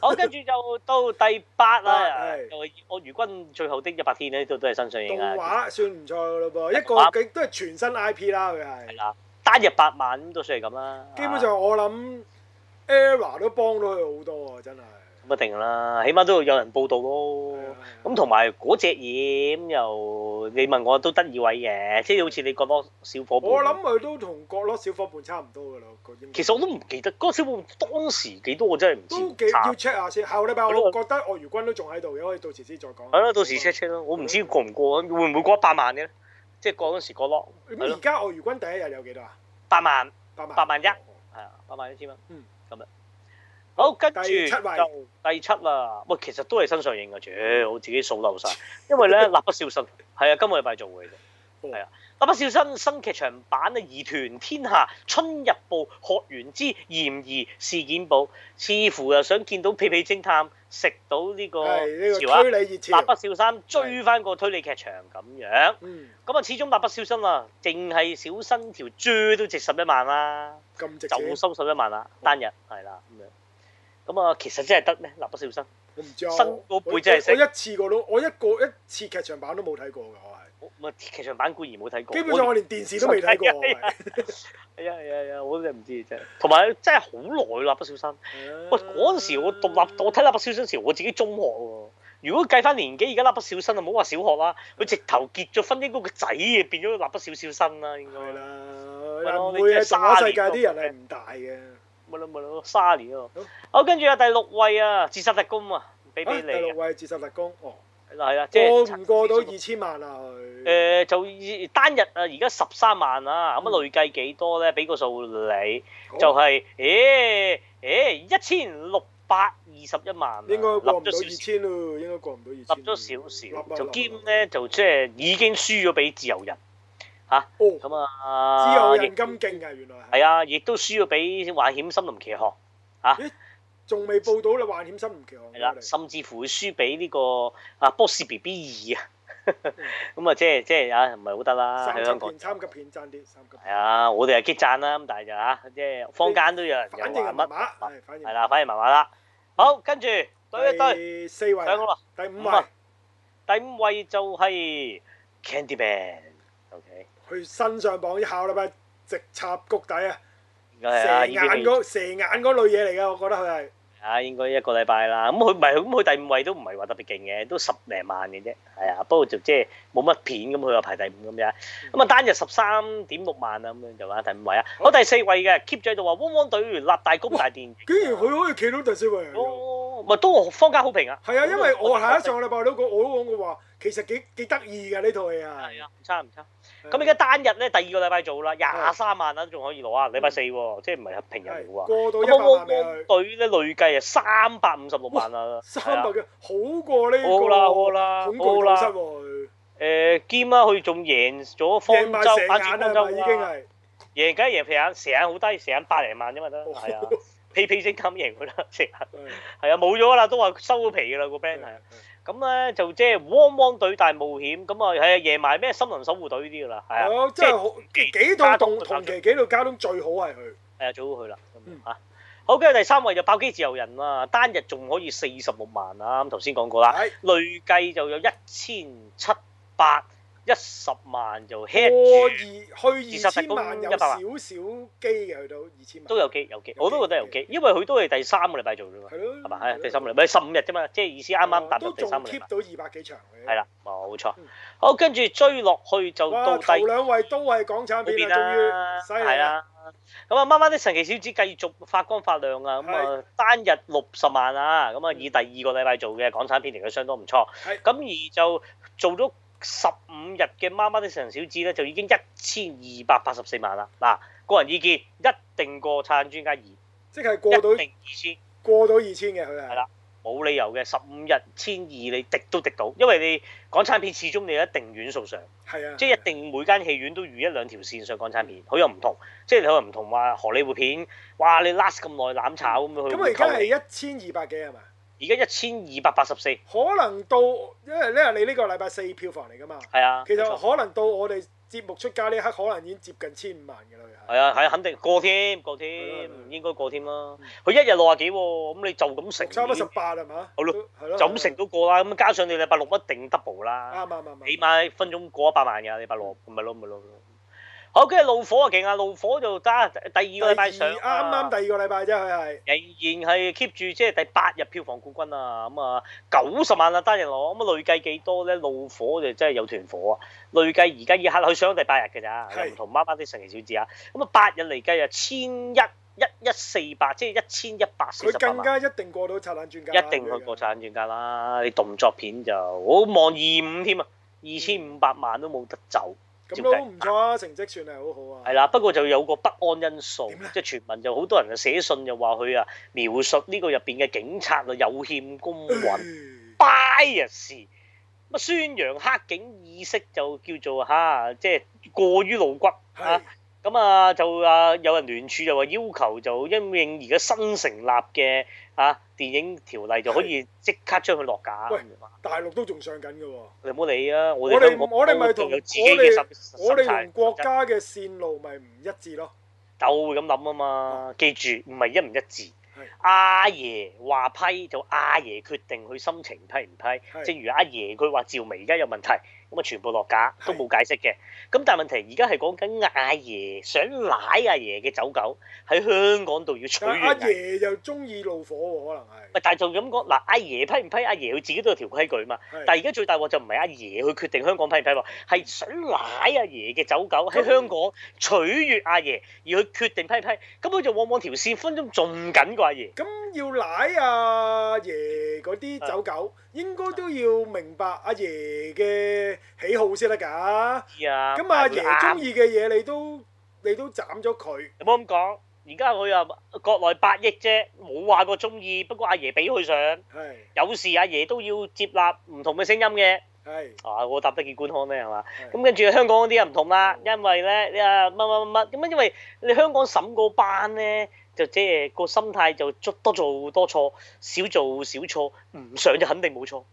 Speaker 1: 好，跟住就到第八
Speaker 2: 啊
Speaker 1: 啦，
Speaker 2: [LAUGHS] 係
Speaker 1: 就係我如君最後的一百天呢，呢度都係新上映
Speaker 2: 動
Speaker 1: 啊，
Speaker 2: 畫算唔錯嘅咯噃，一
Speaker 1: 動畫
Speaker 2: 個佢都係全新 IP 啦，佢
Speaker 1: 係
Speaker 2: 係。
Speaker 1: 啦。單日八萬咁都算係咁啦。
Speaker 2: 基本上我諗 Era 都幫到佢好多啊，真係。
Speaker 1: 咁一定啦，起碼都要有人報道咯。
Speaker 2: 啊
Speaker 1: 咁同埋嗰隻嘢咁又，你問我都得意位嘅，即係好似你覺得小伙伴。
Speaker 2: 我諗佢都同角落小伙伴差唔多㗎啦，個應該
Speaker 1: 其實我都唔記得嗰個小伙伴當時幾多，我真係唔知。
Speaker 2: 都幾要 check 下先。下個禮拜我覺得鱷魚君都仲喺度嘅，可以到時先再講。
Speaker 1: 係啦，到時 check check 咯，我唔知過唔過啊，會唔會過一百萬嘅咧？即係過嗰時過落係
Speaker 2: 咁而
Speaker 1: 咯，
Speaker 2: 家鱷魚君第一日有幾多啊？
Speaker 1: 八萬
Speaker 2: 八萬。
Speaker 1: 八萬一
Speaker 2: 第
Speaker 1: 係啊，八萬一千蚊。
Speaker 2: 嗯，
Speaker 1: 咁樣。好，跟住
Speaker 2: 第七位
Speaker 1: 就第七啦。喂，其實都係新上映嘅，屌，我自己數漏晒。因為咧，《蠟筆小新》 [LAUGHS] 係啊，今個禮拜做嘅啫。
Speaker 2: 嗯
Speaker 1: 係啊，《蠟筆小新》新劇場版啊，《疑團天下》《春日報》《學園之嫌疑事件簿》，似乎又想見到屁屁偵探食到呢個
Speaker 2: 係呢
Speaker 1: 潮
Speaker 2: 個
Speaker 1: 啊，《
Speaker 2: 推理熱潮
Speaker 1: 蠟。筆小新》追翻個推理劇場咁樣。
Speaker 2: 嗯，
Speaker 1: 咁啊，始終蠟筆小新啊，淨係小新條追都值十一萬啦，
Speaker 2: 咁值
Speaker 1: 就
Speaker 2: 錢，
Speaker 1: 收十一萬啦，單日係啦咁樣。咁啊，其實真係得咩？蠟筆小新，
Speaker 2: 我唔知啊。
Speaker 1: 新
Speaker 2: 我
Speaker 1: 嗰
Speaker 2: 我
Speaker 1: 輩真係識
Speaker 2: 我一次過都，我一個一次劇場版都冇睇過㗎，我係。
Speaker 1: 我我劇場版固然冇睇過，
Speaker 2: 基本上我連電視都未睇過。我
Speaker 1: 係啊
Speaker 2: 係
Speaker 1: 係啊係啊係啊，我真係唔知真係。同埋真係好耐啦，蠟筆小
Speaker 2: 嗯
Speaker 1: 新。 [LAUGHS] 喂，嗰陣時我讀蠟，我睇蠟筆小新時，我自己中學喎。如果計翻年紀，而家蠟筆小新啊，唔好話小學啦，佢直頭結咗婚，應該個仔啊變咗蠟筆小小新啦，應該啦。
Speaker 2: 係啦，
Speaker 1: 係
Speaker 2: 但
Speaker 1: 咯
Speaker 2: 唔
Speaker 1: 你
Speaker 2: 會
Speaker 1: 真
Speaker 2: 嘅，
Speaker 1: 係
Speaker 2: 動畫
Speaker 1: 沙
Speaker 2: 世界
Speaker 1: 連
Speaker 2: 啲人係唔大嘅。
Speaker 1: 冇啦冇啦，卅年啊
Speaker 2: 好！
Speaker 1: 好，跟住啊，第六位啊，自殺特工啊，俾
Speaker 2: 啊
Speaker 1: 俾
Speaker 2: 第
Speaker 1: 你啊
Speaker 2: 六，位自殺特工，哦，
Speaker 1: 係啦係啦，即
Speaker 2: 過唔
Speaker 1: 係
Speaker 2: 過到二千萬啊？佢
Speaker 1: 誒就以單日啊，而家十三萬啊，咁
Speaker 2: 嗯
Speaker 1: 啊累計幾多咧？俾個數你，
Speaker 2: 好
Speaker 1: 就係誒誒一千六百二十一萬啊，
Speaker 2: 應該過
Speaker 1: 立
Speaker 2: 唔
Speaker 1: 咗
Speaker 2: 到
Speaker 1: 少
Speaker 2: 二
Speaker 1: 少
Speaker 2: 千咯，應該過唔到二
Speaker 1: 立
Speaker 2: 千。
Speaker 1: 咗少
Speaker 2: 立
Speaker 1: 少，
Speaker 2: 啊
Speaker 1: 就兼，咧就即係已經輸咗俾自由人
Speaker 2: 立啊
Speaker 1: 咁
Speaker 2: 哦，之後
Speaker 1: 啊，
Speaker 2: 人咁勁啊，原來
Speaker 1: 係啊，亦都輸咗俾幻險森林奇航
Speaker 2: 仲未報到你幻險森林奇航
Speaker 1: 係啦
Speaker 2: 我，哋
Speaker 1: 甚至乎會輸俾呢個啊 Boss B B 二啊， [LAUGHS] 咁啊即係即係啊唔係好得啦
Speaker 2: 嗯三
Speaker 1: 喺
Speaker 2: 級
Speaker 1: 香港
Speaker 2: 片，。三級片爭啲，三級
Speaker 1: 係
Speaker 2: 片，
Speaker 1: 啊，我哋係激讚啦，咁但係就嚇，即係坊間都有人
Speaker 2: 反
Speaker 1: 又
Speaker 2: 應
Speaker 1: 話
Speaker 2: 係麻
Speaker 1: 乜，
Speaker 2: 麻，係反應
Speaker 1: 係。啦，反而麻麻啦。好，跟住對一對，
Speaker 2: 第四位，
Speaker 1: 上好啦。
Speaker 2: 第五
Speaker 1: 五
Speaker 2: 位
Speaker 1: 啊，第五位就係 Candyman，OK，
Speaker 2: 佢新上榜，下個禮拜直插谷底啊！
Speaker 1: 應該係啊啦，
Speaker 2: 蛇
Speaker 1: 已
Speaker 2: 眼
Speaker 1: 經係
Speaker 2: 嗰蛇眼嗰類嘢嚟㗎，我覺得佢係。
Speaker 1: 啊，應該一個禮拜啦。咁佢唔係咁，佢第五位都唔係話特別勁嘅，都十零萬嘅啫。係啊，不過就即係冇乜片咁，佢又排第五咁樣。咁啊，單日十三點六萬啊，咁樣就話第五位啊。好，第四位嘅 keep 住喺度話，汪汪隊立大功大電影。
Speaker 2: 竟然佢可以企到第四位嚟㗎。
Speaker 1: 哦，咪都坊間好評啊。
Speaker 2: 係啊，因為我係啊，上個禮拜我都講，我都講過話，其實幾幾得意㗎呢套戲啊。
Speaker 1: 係啊，唔差唔差。咁而家單日咧，第二個禮拜做啦，廿三萬啦，都仲可以攞啊！禮拜四喎，即係唔係平日嚟
Speaker 2: 係
Speaker 1: 嘅喎。
Speaker 2: 過到
Speaker 1: 咁
Speaker 2: 一百
Speaker 1: 汪汪
Speaker 2: 萬未去，
Speaker 1: 隊咧累計啊三百五十六萬啦，
Speaker 2: 三百
Speaker 1: 係啊
Speaker 2: 嘅好過呢
Speaker 1: 好啦好
Speaker 2: 個
Speaker 1: 啦
Speaker 2: 恐
Speaker 1: 好
Speaker 2: 懼
Speaker 1: 啦
Speaker 2: 導室喎，
Speaker 1: 誒兼啦，佢仲贏咗
Speaker 2: 贏
Speaker 1: 方
Speaker 2: 埋
Speaker 1: 舟
Speaker 2: 蛇眼
Speaker 1: 反轉方
Speaker 2: 啊嘛已
Speaker 1: 舟
Speaker 2: 經
Speaker 1: 啦，
Speaker 2: 係。
Speaker 1: 贏梗係贏皮眼，蛇眼好低，蛇眼百零萬啫嘛
Speaker 2: 哦
Speaker 1: 得，係啊，屁屁聲咁贏佢啦， [LAUGHS] 蛇眼係啊冇咗啦，都話收咗皮㗎啦個 band 係啊。咁咧就即係汪汪隊大冒險，咁啊係啊贏埋咩森林守護隊呢啲㗎啦，係啊，
Speaker 2: 係，真係好哦幾套動同期幾套交通最好係佢，
Speaker 1: 係啊，早好去啦咁
Speaker 2: 嗯
Speaker 1: 樣嚇。好，跟住第三位就爆機自由人啦，單日仲可以四十六萬啊！咁頭先講過啦，
Speaker 2: 係
Speaker 1: 累計就有一千七百一十萬就 hit
Speaker 2: 過
Speaker 1: 住，
Speaker 2: 二去二千萬有
Speaker 1: 自殺特攻一百
Speaker 2: 少
Speaker 1: 萬
Speaker 2: 少機嘅去到二千萬，
Speaker 1: 都有機有機，
Speaker 2: 有機
Speaker 1: 我都覺得有機，因為佢都係第三個禮拜做啫嘛，
Speaker 2: 係咯，
Speaker 1: 係嘛？係啊第三個禮拜，十五日啫嘛，即係意思啱啱踏入
Speaker 2: 哦都
Speaker 1: 第
Speaker 2: 仲
Speaker 1: 三個禮
Speaker 2: keep
Speaker 1: 拜，
Speaker 2: 到二百幾場嘅，
Speaker 1: 係啦，冇錯
Speaker 2: 嗯。
Speaker 1: 好，跟住追落去就
Speaker 2: 哇！
Speaker 1: 到
Speaker 2: 頭
Speaker 1: 第
Speaker 2: 兩位都係港
Speaker 1: 嗰
Speaker 2: 產
Speaker 1: 邊
Speaker 2: 片啦
Speaker 1: 啦，，
Speaker 2: 終於犀利
Speaker 1: 係
Speaker 2: 啦！
Speaker 1: 啊。咁啊，媽媽的神奇小子繼續發光發亮啊！咁啊，單日六十萬啊！咁啊，以第二個禮拜做嘅港產片嚟嘅，相當唔錯
Speaker 2: 嗯係。
Speaker 1: 咁而就做咗十五日嘅媽媽的神奇小子咧，就已經一千二百八十四萬啦。嗱，個人意見一定過撐專家二，一
Speaker 2: 即係過到
Speaker 1: 定二千，
Speaker 2: 過到二千嘅佢
Speaker 1: 係
Speaker 2: 係
Speaker 1: 啦，冇理由嘅。十五日千二你滴都滴到，因為你港產片始終你有一定院數上。
Speaker 2: 係啊，
Speaker 1: 即係一定每間戲院都預一兩條線上港產片，佢又唔同，即係佢又唔同話荷里活片，哇你 last 咁耐攬炒咁樣，佢
Speaker 2: 咁啊
Speaker 1: 會
Speaker 2: 而家
Speaker 1: 扣
Speaker 2: 係
Speaker 1: 你
Speaker 2: 一千二百幾係嘛？
Speaker 1: 而家一千二百八十四，
Speaker 2: 可能到因為呢係你呢個禮拜四票房嚟㗎嘛，
Speaker 1: 係啊，
Speaker 2: 其
Speaker 1: 冇錯
Speaker 2: 實可能到我哋節目出街呢一刻，可能已經接近千五萬㗎啦，佢係
Speaker 1: 係啊係啊肯定過添過
Speaker 2: 係
Speaker 1: 添
Speaker 2: 咯係咯，
Speaker 1: 應該過添啦
Speaker 2: 嗯。
Speaker 1: 佢一日六啊幾喎，咁你就咁
Speaker 2: 六三
Speaker 1: 成
Speaker 2: 一十
Speaker 1: 已經，
Speaker 2: 八係嘛？
Speaker 1: 好咯
Speaker 2: 都，係咯，
Speaker 1: 就咁成都過啦。咁加上你禮拜
Speaker 2: 啊
Speaker 1: 六一定 double 啦，
Speaker 2: 啱啱啱啱，
Speaker 1: 起碼分鐘過一百萬㗎，禮拜六唔係咯唔係咯。唔係咯好，跟住怒火啊勁啊！怒火就得第二個禮拜上
Speaker 2: 第二啱啱
Speaker 1: 啊，
Speaker 2: 第二個禮拜啫，佢係
Speaker 1: 仍然係 keep 住即係第八日票房冠軍啊！咁啊九十萬啦單日攞，咁啊累計幾多咧？怒火就真係有團火啊！累計而家依刻佢上咗第八日㗎咋，
Speaker 2: 係
Speaker 1: 又唔同媽媽的神奇小子啊！咁啊八日嚟計啊，千一一一四百，即係一千一百四十
Speaker 2: 佢
Speaker 1: 八
Speaker 2: 更
Speaker 1: 萬。
Speaker 2: 加一定過到拆彈專家啦，
Speaker 1: 一定去國
Speaker 2: 佢
Speaker 1: 產專家啦，你動作片就我望二五添啊，二千五百萬都冇得走。
Speaker 2: 嘅咁都唔錯啊，成績算係好好啊。
Speaker 1: 係啦，不過就有個不安因素
Speaker 2: 點咧，
Speaker 1: 即係傳聞就好多人就寫信就話佢啊描述呢個入邊嘅警察啊有欠公
Speaker 2: 嗯
Speaker 1: 允 bias，乜宣揚黑警意識就叫做嚇、即係過於露骨啊
Speaker 2: 係。
Speaker 1: 咁啊就啊有人聯署就話要求就因應而家新成立嘅啊電影條例就可以即刻將佢落架。
Speaker 2: 喂大陸都仲上緊嘅喎，
Speaker 1: 你唔好理啊！我
Speaker 2: 我
Speaker 1: 哋
Speaker 2: 哋
Speaker 1: 香港
Speaker 2: 我哋咪
Speaker 1: 都
Speaker 2: 同
Speaker 1: 有自己嘅審
Speaker 2: 我哋
Speaker 1: 審查
Speaker 2: 同國家嘅線路咪唔一致咯。
Speaker 1: 就會咁諗啊嘛，記住唔係一唔一致
Speaker 2: 哦係。
Speaker 1: 阿爺話批就阿爺決定佢心情批唔批，
Speaker 2: 係
Speaker 1: 正如阿爺佢話趙薇而家有問題，咁啊全部落架
Speaker 2: 係
Speaker 1: 都冇解釋嘅。咁但係問題而家係講緊阿爺想舐阿爺嘅走狗喺香港度要取
Speaker 2: 但係阿
Speaker 1: 完。
Speaker 2: 爺又中意怒火喎，可能係
Speaker 1: 喂，但係就咁講，嗱，阿爺批唔批？阿爺佢自己都有條規矩嘛。
Speaker 2: 係。
Speaker 1: 但係而家最大鑊就唔係阿爺去決定香港批唔批喎，係想舐阿爺嘅走狗喺香港取悦阿爺，而佢決定批唔批，咁佢就往往條線分鐘仲緊過阿爺。
Speaker 2: 咁要奶阿爺嗰啲走狗，應該都要明白阿爺嘅喜好先得㗎。
Speaker 1: 知啊，
Speaker 2: 咁阿爺中
Speaker 1: 意，
Speaker 2: 意嘅嘢，你都你都斬咗佢，
Speaker 1: 你啊冇咁講。而家佢又國內八億啫，冇話過中意，不過阿爺俾佢上，
Speaker 2: 係
Speaker 1: 有時阿爺都要接納唔同嘅聲音嘅。
Speaker 2: 係
Speaker 1: 啊，我答得幾官腔咧，係嘛？
Speaker 2: 係
Speaker 1: 咁跟住香港嗰啲又唔同啦，因為咧你啊乜乜乜乜咁，因為你香港審嗰班咧，就即係個心態就足多做多錯，少做少錯，唔上就肯定冇錯。 [LAUGHS]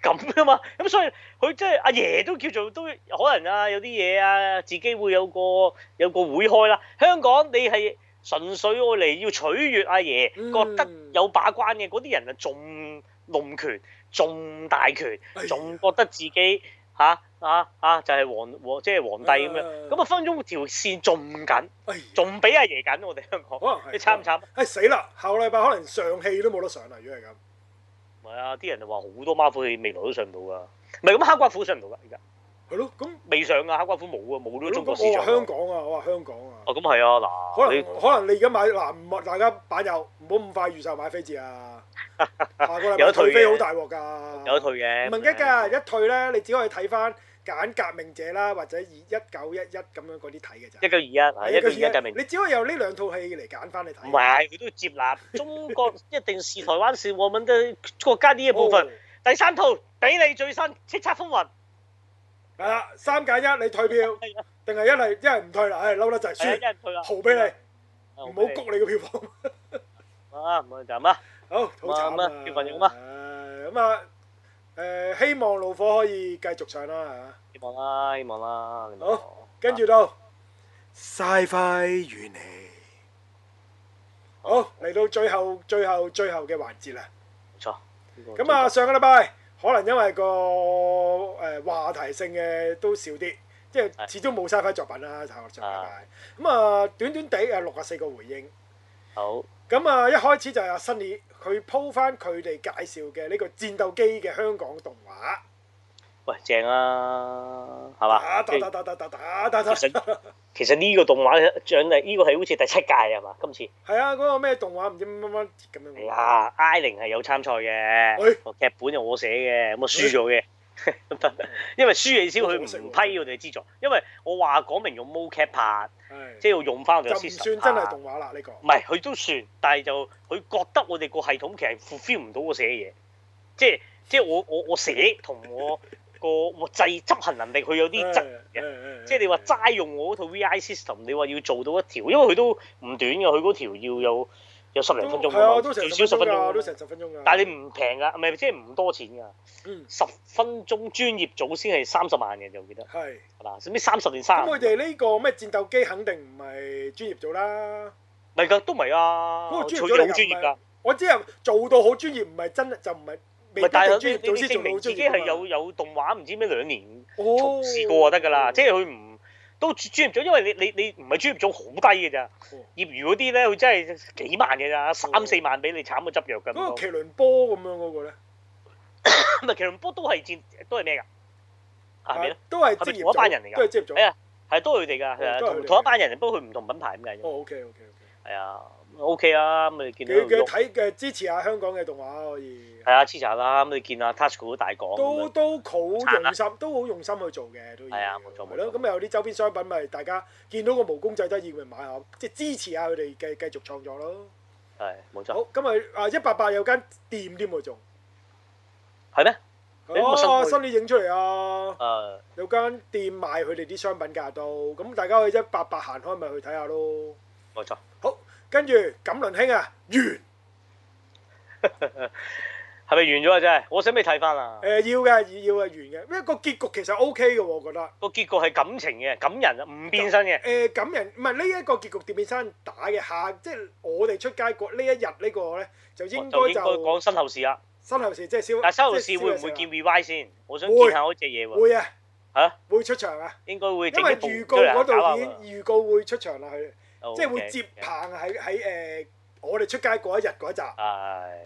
Speaker 1: 咁噶嘛，咁所以佢即係阿爺都叫做都可能啊，有啲嘢啊，自己會有個有個會開啦。香港你係純粹愛嚟要取悦阿爺，
Speaker 2: 嗯
Speaker 1: 覺得有把關嘅嗰啲人啊，仲弄權，仲大權
Speaker 2: 哎呀，
Speaker 1: 仲覺得自己嚇啊啊就係皇皇即係皇帝咁樣，咁啊分分鐘條線仲緊，
Speaker 2: 哎呀
Speaker 1: 仲比阿爺緊，我哋香港
Speaker 2: 可能係
Speaker 1: 你慘唔慘？
Speaker 2: 哎死啦！下個禮拜可能上戲都冇得上啦，如果係咁。
Speaker 1: 唔係啊，啲人就話好多孖虎戲未來都上唔到㗎，唔係咁黑寡婦上唔到㗎，而家
Speaker 2: 係咯，咁
Speaker 1: 未上㗎，黑寡婦冇啊，冇咗
Speaker 2: 咁
Speaker 1: 中國市
Speaker 2: 我
Speaker 1: 場啊。
Speaker 2: 話香港啊，我話香港啊，
Speaker 1: 哦，咁係啊，
Speaker 2: 可
Speaker 1: 嗱，
Speaker 2: 能
Speaker 1: 你
Speaker 2: 可能你而家買嗱，唔係大家版友唔好咁快預售買飛
Speaker 1: [LAUGHS]
Speaker 2: 字啊！下個禮
Speaker 1: 有
Speaker 2: 拜
Speaker 1: 得退
Speaker 2: 退
Speaker 1: 嘅
Speaker 2: 飛好大鑊㗎，
Speaker 1: 有得退嘅，
Speaker 2: 唔係一㗎，一退咧你只可以睇翻揀革命者啦，或者二一九一一咁樣嗰啲睇嘅咋。
Speaker 1: 一九二一，一九二一革命。
Speaker 2: 你只可以由呢兩套戲嚟揀翻嚟睇。
Speaker 1: 唔係，佢都要接納中
Speaker 2: [LAUGHS]
Speaker 1: 國一定是台灣是我們的國家呢一部分。
Speaker 2: 哦
Speaker 1: 第三套俾你最新《叱咤風雲》，
Speaker 2: 係啦，三揀一，你退票
Speaker 1: 係啊
Speaker 2: 定係一係一係唔退啦，唉，嬲得滯，
Speaker 1: 係啊，一
Speaker 2: 輸，
Speaker 1: 人退啦，
Speaker 2: 豪俾你，
Speaker 1: 啊，
Speaker 2: 唔
Speaker 1: 唔
Speaker 2: 好谷你個票房， [LAUGHS]
Speaker 1: 啊，唔好就咁啊，
Speaker 2: 好，好慘
Speaker 1: 咁啊，
Speaker 2: 啊
Speaker 1: 票房就咁啊
Speaker 2: 唉咁啊，誒，希望怒火可以繼續上啦
Speaker 1: 希望啦，希望啦，你
Speaker 2: 嚇，
Speaker 1: 明白
Speaker 2: 好，跟住到 Sci-Fi 與你，好，嚟到最後最後最後嘅環節啦。
Speaker 1: 冇錯。呢個
Speaker 2: 咁啊，上個禮拜可能因為個誒、呃、話題性嘅都少啲，即係
Speaker 1: 係
Speaker 2: 始終冇曬 i 作品啦。上上個禮
Speaker 1: 啊
Speaker 2: 拜咁啊，短短地誒六十四個回應。
Speaker 1: 好
Speaker 2: 咁啊，一開始就係阿 Sunny 佢鋪翻佢哋介紹嘅呢個戰鬥機嘅香港動畫，
Speaker 1: 喂正啊，係
Speaker 2: 打
Speaker 1: 嘛？即
Speaker 2: 打
Speaker 1: 係
Speaker 2: 打打打打打打打，
Speaker 1: 其實
Speaker 2: 係
Speaker 1: 其實呢個動畫獎勵，呢個係好似第七屆係嘛？今次
Speaker 2: 啊，嗰、個咩動畫唔知乜乜乜咁樣
Speaker 1: 係
Speaker 2: 喎。
Speaker 1: 啊，I 零係有參賽
Speaker 2: 喂
Speaker 1: 嘅，個劇本就我寫嘅，咁啊輸咗嘅。 [LAUGHS] 因為輸你先佢唔批我哋資助，因為我話講明用 mocap 拍，
Speaker 2: 係
Speaker 1: 即係要用翻我哋
Speaker 2: 就
Speaker 1: 嘅
Speaker 2: 唔
Speaker 1: system
Speaker 2: 算真係
Speaker 1: 拍
Speaker 2: 動畫啦，呢、個
Speaker 1: 唔係佢都算，但係就佢覺得我哋個系統其實 fulfill 唔到我寫嘅嘢，即係即係我我我寫同我個 [LAUGHS] 我制執行能力佢有啲質疑嘅。
Speaker 2: 嘅
Speaker 1: 即係你話齋用我嗰套 VI system，你話要做到一條，因為佢都唔短嘅，佢嗰條要有有十零分鐘㗎
Speaker 2: 係啊，
Speaker 1: 嘛
Speaker 2: 都成
Speaker 1: 最
Speaker 2: 十
Speaker 1: 少十分
Speaker 2: 分鐘㗎，都
Speaker 1: 鐘。
Speaker 2: 成十分鐘㗎。
Speaker 1: 但係你唔平㗎，唔係即係唔多錢㗎，
Speaker 2: 嗯
Speaker 1: 十分鐘專業組先係三十萬嘅，就記得
Speaker 2: 係。
Speaker 1: 係嘛？使唔知三十定
Speaker 2: 咁
Speaker 1: 三？
Speaker 2: 佢哋呢個咩戰鬥機肯定唔係專業做啦，
Speaker 1: 唔係㗎，都唔係啊，
Speaker 2: 嗰個
Speaker 1: 佢
Speaker 2: 專業
Speaker 1: 好
Speaker 2: 組嚟㗎
Speaker 1: 專業㗎。
Speaker 2: 我只係做到好專業，唔係真就唔係未
Speaker 1: 唔係
Speaker 2: 必
Speaker 1: 但係
Speaker 2: 定專
Speaker 1: 你
Speaker 2: 業
Speaker 1: 你
Speaker 2: 做先
Speaker 1: 證
Speaker 2: 做到
Speaker 1: 明
Speaker 2: 好
Speaker 1: 自
Speaker 2: 專
Speaker 1: 己
Speaker 2: 業㗎
Speaker 1: 係
Speaker 2: 嘛
Speaker 1: 有有動畫唔知咩兩年
Speaker 2: 哦
Speaker 1: 從事過就得㗎啦，即係佢唔都專業組，因為你你你唔係專業組好低嘅咋
Speaker 2: 嗯，
Speaker 1: 業餘嗰啲咧佢真係幾萬嘅咋，三
Speaker 2: 嗯
Speaker 1: 四萬俾你慘到執藥㗎。
Speaker 2: 嗰個麒麟波咁樣嗰個咧，
Speaker 1: 唔啊係，其實波都係戰，都係咩㗎？係咪咧？
Speaker 2: 啊都係
Speaker 1: 係咪
Speaker 2: 職業
Speaker 1: 同一班人嚟
Speaker 2: 組，
Speaker 1: 㗎
Speaker 2: 都係職業組。
Speaker 1: 係啊係都係佢哋㗎，係啊
Speaker 2: 都係佢哋
Speaker 1: 同同一班人，不過佢唔同品牌咁解啫
Speaker 2: 哦。，OK OK OK，
Speaker 1: 係啊，OK 啊，咁你見
Speaker 2: 幾
Speaker 1: 到佢
Speaker 2: 幾
Speaker 1: 喐
Speaker 2: 睇嘅支持下香港嘅動畫可以，
Speaker 1: 係啊，黐查啦，咁你見啊 Tasco 大講咁
Speaker 2: 都
Speaker 1: 樣
Speaker 2: 都好用心，都好用心去做嘅都要。
Speaker 1: 係啊冇錯
Speaker 2: 係咯
Speaker 1: 冇錯
Speaker 2: 咁有啲周邊商品咪大家見到個毛公仔得意咪買下，即係支持下佢哋繼繼續創作咯。
Speaker 1: 係冇錯，
Speaker 2: 好，今日啊一八八有間店添喎仲，
Speaker 1: 係咩？你嗯都冇新
Speaker 2: 哦
Speaker 1: 開
Speaker 2: 新年影出嚟啊！
Speaker 1: 誒
Speaker 2: 有間店賣佢哋啲商品價都，咁大家去一八八行開咪去睇下咯。
Speaker 1: 冇錯。
Speaker 2: 好，跟住錦麟兄啊，完誒、
Speaker 1: [LAUGHS] 係咪完咗啊？真係，我使唔使睇翻啊？
Speaker 2: 要嘅，要嘅完嘅，因為個結局其實 O K 嘅喎，我覺得。誒、
Speaker 1: 個結局係感情嘅，感人啊，唔變身嘅，
Speaker 2: 感人唔係呢一個結局，碟片山打嘅下，即係我哋出街過呢一日呢個咧，就應
Speaker 1: 哦就
Speaker 2: 該
Speaker 1: 應該
Speaker 2: 就
Speaker 1: 講身啊後事啊啦。
Speaker 2: 身後事，即係消。
Speaker 1: 但係身後
Speaker 2: 即
Speaker 1: 事
Speaker 2: 係
Speaker 1: 會唔
Speaker 2: 消
Speaker 1: 會
Speaker 2: 嘅時
Speaker 1: 見
Speaker 2: 候
Speaker 1: revive 先？我想
Speaker 2: 會
Speaker 1: 見下嗰只嘢喎。
Speaker 2: 會啊，
Speaker 1: 嚇，
Speaker 2: 會出場啊，
Speaker 1: 應該會整
Speaker 2: 因
Speaker 1: 一
Speaker 2: 為
Speaker 1: 部
Speaker 2: 預
Speaker 1: 出
Speaker 2: 告
Speaker 1: 嚟啊
Speaker 2: 嗰
Speaker 1: 搞下
Speaker 2: 度
Speaker 1: 喎
Speaker 2: 已經預告會出場啦，佢
Speaker 1: 哦
Speaker 2: 即係會
Speaker 1: OK，
Speaker 2: 接
Speaker 1: OK
Speaker 2: 棒喺喺誒我哋出街嗰一日嗰一集。
Speaker 1: 係。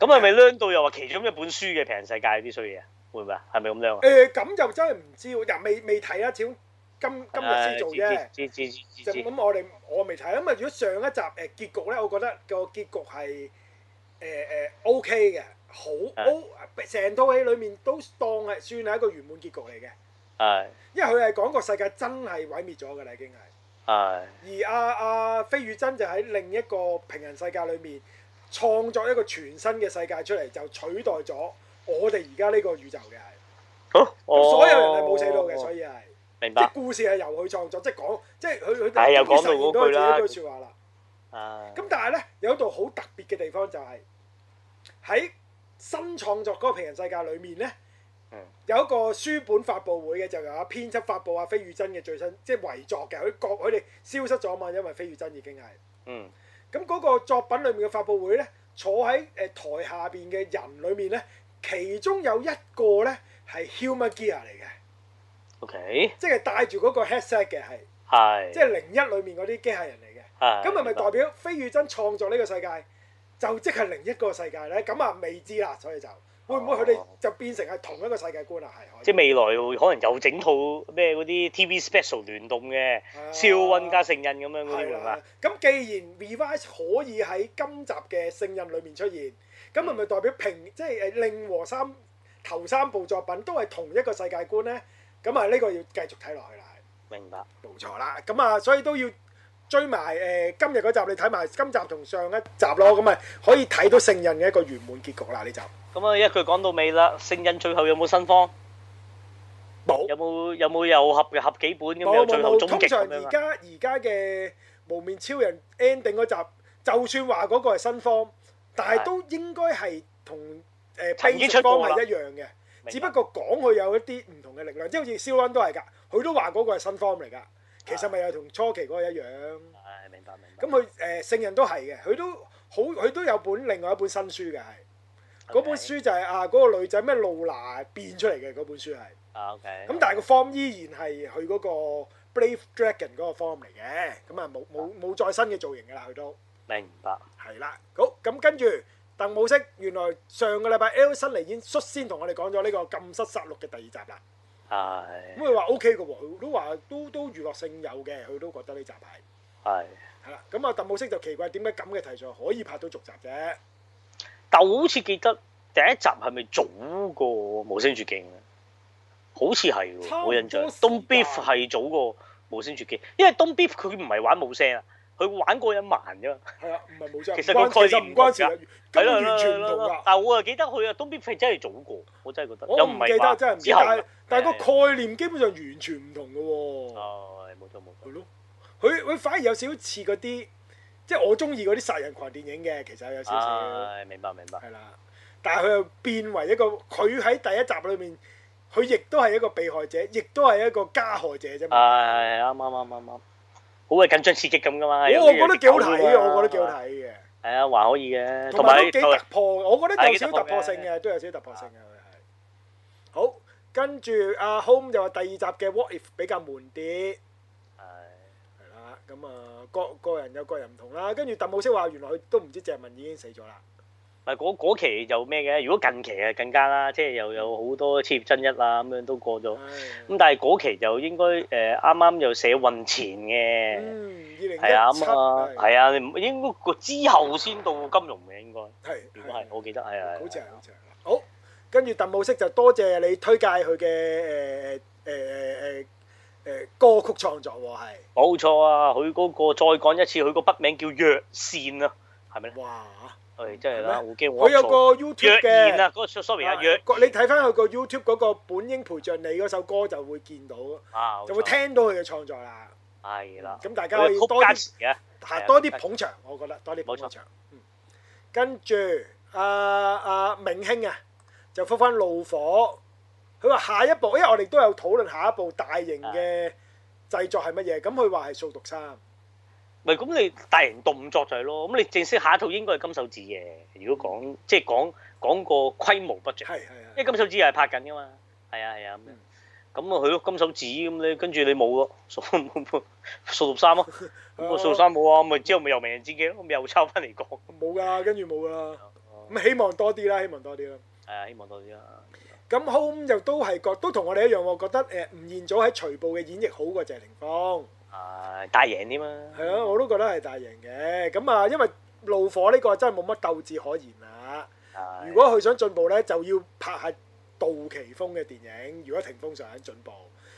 Speaker 1: 咁係咪孏到又話其中一本書嘅平行世界啲衰嘢啊？會唔會啊？係咪咁樣啊？
Speaker 2: 誒咁就真係唔知喎，又未未睇啦，始終今今日先做啫
Speaker 1: 唉。知知知知
Speaker 2: 就
Speaker 1: 知
Speaker 2: 咁
Speaker 1: 知。
Speaker 2: 我哋我未睇，因啊為如果上一集誒結局咧，我覺得個結局係誒誒 O K 嘅，好
Speaker 1: 啊
Speaker 2: O 成套戲裡面都當係算係一個圓滿結局嚟嘅，
Speaker 1: 係
Speaker 2: 因為佢係講個世界真係毀滅咗㗎啦，已經
Speaker 1: 係
Speaker 2: 係。而阿阿飛宇真就喺另一個平行世界裡面創作一個全新嘅世界出嚟，就取代咗我哋而家呢個宇宙嘅係。
Speaker 1: 好。哦
Speaker 2: 所有人係冇死到嘅，所以係
Speaker 1: 明
Speaker 2: 即係
Speaker 1: 白。
Speaker 2: 故事係由佢創作，即係講即係佢佢
Speaker 1: 係又講到
Speaker 2: 嗰
Speaker 1: 嗰句啦
Speaker 2: 自己一句説話啦。
Speaker 1: 啊
Speaker 2: 咁但係咧有一度好特別嘅地方就係喺新創作嗰個平行世界裏面咧
Speaker 1: 嗯，
Speaker 2: 有一個書本發布會嘅，就由阿編輯發布阿飛宇真嘅最新即係遺作嘅，佢各佢哋消失咗嘛，因為飛宇真已經係。
Speaker 1: 嗯
Speaker 2: 咁嗰個作品裏面嘅發布會呢，坐喺誒台下邊嘅人裏面呢，其中有一個呢係 Human Gear 嚟嘅，
Speaker 1: ，OK，
Speaker 2: 即係戴住嗰個 headset 嘅係，
Speaker 1: 係。
Speaker 2: 即係零一裏面嗰啲機械人嚟嘅。
Speaker 1: 係。
Speaker 2: 咁係咪
Speaker 1: 明白
Speaker 2: 代表飛宇真創作呢個世界就即係另一個世界呢？咁啊未知啦，所以就會唔會佢哋
Speaker 1: 哦
Speaker 2: 就變成係同一個世界觀啊？係
Speaker 1: 即係未來可能有整套咩嗰啲 TV special 聯動嘅少運加聖印咁啊樣嗰啲
Speaker 2: 啊係啊
Speaker 1: 係嘛
Speaker 2: 啦？，咁既然 revise 可以喺今集嘅聖印裏面出現，咁係咪代表
Speaker 1: 嗯
Speaker 2: 平即係誒令和三頭三部作品都係同一個世界觀呢？咁啊呢個要繼續睇落去啦，
Speaker 1: 明白。
Speaker 2: 冇錯啦。咁啊，所以都要追埋誒、呃今日嗰集，你睇埋今集同上一集咯，咁啊可以睇到聖印嘅一個圓滿結局啦。呢集
Speaker 1: 咁啊，一句講到尾啦，聖印最後有冇新方？
Speaker 2: 冇
Speaker 1: 有冇有冇又合合幾本咁
Speaker 2: 冇
Speaker 1: 有
Speaker 2: 冇
Speaker 1: 最後
Speaker 2: 冇，
Speaker 1: 終
Speaker 2: 通
Speaker 1: 極
Speaker 2: 常
Speaker 1: 咁
Speaker 2: 而
Speaker 1: 樣啊？
Speaker 2: 家而家嘅無面超人 ending 嗰集，就算話嗰個係新方，但係
Speaker 1: 係
Speaker 2: 都應該係同誒
Speaker 1: 曾
Speaker 2: basic
Speaker 1: 經出
Speaker 2: 方
Speaker 1: 過啦
Speaker 2: 係一樣嘅，
Speaker 1: 明
Speaker 2: 只不
Speaker 1: 白
Speaker 2: 過講佢有一啲唔同嘅力量，即係好似肖恩都係㗎，佢都話嗰個係新方嚟㗎，其實咪又同初期嗰個一樣。
Speaker 1: 係明白明白。
Speaker 2: 咁啊佢誒聖人都係嘅，佢都好，佢都有本另外一本新書嘅係，嗰本
Speaker 1: OK，
Speaker 2: 書就係、啊嗰、個女仔咩露娜變出嚟嘅嗰本書係。
Speaker 1: 啊 OK。
Speaker 2: 咁但係個 form 依然係佢嗰個 Brave Dragon 嗰個 form 嚟嘅，咁啊冇冇冇再新嘅造型㗎啦，佢都
Speaker 1: 明白。
Speaker 2: 係啦。好，咁跟住鄧武飾原來上個禮拜 L 新嚟已經率先同我哋講咗呢個《禁室殺戮》嘅第二集啦。咁
Speaker 1: 係
Speaker 2: 佢話 OK 嘅喎，佢都話都都娛樂性有嘅，佢都覺得呢集係
Speaker 1: 係。
Speaker 2: 係啦。咁啊，鄧武飾就奇怪點解咁嘅題材可以拍到續集啫？
Speaker 1: 但我好似記得第一集係咪早過無聲絕境啊？好似係喎，
Speaker 2: 差唔多
Speaker 1: 我印象。
Speaker 2: 時間
Speaker 1: Don Beef 係早過無聲絕境，因為 Don Beef 佢唔係玩冇聲啊，佢玩過一萬啫嘛。
Speaker 2: 係啊，唔係冇錯，
Speaker 1: 其實
Speaker 2: 唔關
Speaker 1: 個概
Speaker 2: 其實
Speaker 1: 念
Speaker 2: 唔
Speaker 1: 唔
Speaker 2: 關
Speaker 1: 同
Speaker 2: 事
Speaker 1: 係
Speaker 2: 嘅，根
Speaker 1: 啦係啦
Speaker 2: 本完
Speaker 1: 係
Speaker 2: 全唔
Speaker 1: 啦
Speaker 2: 同
Speaker 1: 係啦
Speaker 2: 㗎。
Speaker 1: 但係我又記得佢啊，Don Beef 係真係早過，我真係覺得。
Speaker 2: 我
Speaker 1: 又
Speaker 2: 唔
Speaker 1: 係
Speaker 2: 記得
Speaker 1: 話
Speaker 2: 真係唔知，
Speaker 1: 之後
Speaker 2: 但係
Speaker 1: 啊
Speaker 2: 但係
Speaker 1: 係
Speaker 2: 個概念基本上完全唔同嘅喎。
Speaker 1: 哦，冇錯冇錯
Speaker 2: 係。咯，佢佢反而有少少似嗰啲，即係我中意嗰啲殺人狂電影嘅，其實有少少
Speaker 1: 唉，明白明白。
Speaker 2: 係啦。但係佢又變為一個，佢喺第一集裏面，佢亦都係一個被害者，亦都係一個加害者啫嘛。
Speaker 1: 唉，啱啱啱啱啱，好鬼緊張刺激咁噶嘛。啊有
Speaker 2: 我
Speaker 1: 啲
Speaker 2: 我
Speaker 1: 嘢啊
Speaker 2: 覺得幾好
Speaker 1: 搞㗎嘛
Speaker 2: 睇嘅，我覺得幾好。睇嘅，
Speaker 1: 係啊，還可以嘅，
Speaker 2: 同
Speaker 1: 同
Speaker 2: 埋
Speaker 1: 埋
Speaker 2: 都幾突破。我覺得有少少突破性
Speaker 1: 係幾突
Speaker 2: 嘅，都有少少突破性嘅佢係。好，跟住阿 Home 就話第二集嘅 What If 比較悶啲。啦，咁啊各個人有各人唔同啦。跟住鄧武飾話原來佢都唔知鄭文已經死咗啦。
Speaker 1: 咪嗰嗰期就咩嘅？如果近期啊更加啦，即係又有好多切真一啦咁樣都過
Speaker 2: 嗯
Speaker 1: 咗。咁
Speaker 2: 唉
Speaker 1: 但係嗰期就應該誒啱啱又社運前嘅，
Speaker 2: 嗯，二零一七
Speaker 1: 係啊咁啊，係啊，你唔應該個之後先到金融嘅應該，
Speaker 2: 係
Speaker 1: 如果係
Speaker 2: 係
Speaker 1: 我記得啊係係。
Speaker 2: 好似係好似係。好，跟住鄧武飾就多謝你推介佢嘅誒誒誒誒歌曲創作喎，係
Speaker 1: 冇錯啊！佢嗰、個再講一次，佢個筆名叫若善啊，係咪咧？
Speaker 2: 哇！
Speaker 1: 誒，真係
Speaker 2: 係
Speaker 1: 啦，我驚我
Speaker 2: 佢有個
Speaker 1: 噏錯
Speaker 2: YouTube
Speaker 1: 若然啊，
Speaker 2: 嘅。
Speaker 1: 嗰個 sorry 啊，
Speaker 2: 啊
Speaker 1: 若
Speaker 2: 個你睇翻佢個 YouTube 嗰個《本應陪着你》嗰首歌就會見到，
Speaker 1: 啊，
Speaker 2: 就會聽到佢嘅創作啦。
Speaker 1: 係啦。
Speaker 2: 咁大家可以多
Speaker 1: 加
Speaker 2: 啲
Speaker 1: 持啊！係
Speaker 2: 係
Speaker 1: 啊
Speaker 2: 多啲
Speaker 1: 係
Speaker 2: 捧場，我覺得多啲捧
Speaker 1: 冇
Speaker 2: 場。嗯，跟住阿阿明興啊，就復翻怒火，佢話下一步，因為我哋都有討論下一步大型嘅製作係乜嘢，咁佢話係掃毒三，
Speaker 1: 咪咁你大型動作就係咯，咁你正式下一套應該係金手指嘅。如果講即係講講個規模 budget，
Speaker 2: 係係
Speaker 1: 因為金手指又係拍緊噶嘛。係啊係啊咁樣
Speaker 2: 嗯。
Speaker 1: 咁啊，佢咯金手指咁你跟住你冇咯，數冇冇數十三咯，
Speaker 2: Ờ,
Speaker 1: 咁個數三冇啊，咪之後咪又名人戰記咯，咁又抄翻嚟講。
Speaker 2: 係冇㗎，跟住冇㗎啦。
Speaker 1: 哦
Speaker 2: 咁希望多啲啦，希望多啲啦。
Speaker 1: 係啊，希望多啲啦。
Speaker 2: 咁 Home 又都係覺都同我哋一樣喎，覺得呃誒吳彥祖喺徐步嘅演繹好過謝霆鋒。
Speaker 1: 啊，大贏啲嘛。
Speaker 2: 係啊，我都覺得係大型嘅。咁啊，因為怒火呢個真係冇乜鬥志可言啦。
Speaker 1: 係
Speaker 2: 如果佢想進步呢，就要拍下杜琪峰嘅電影。如果霆鋒想進步，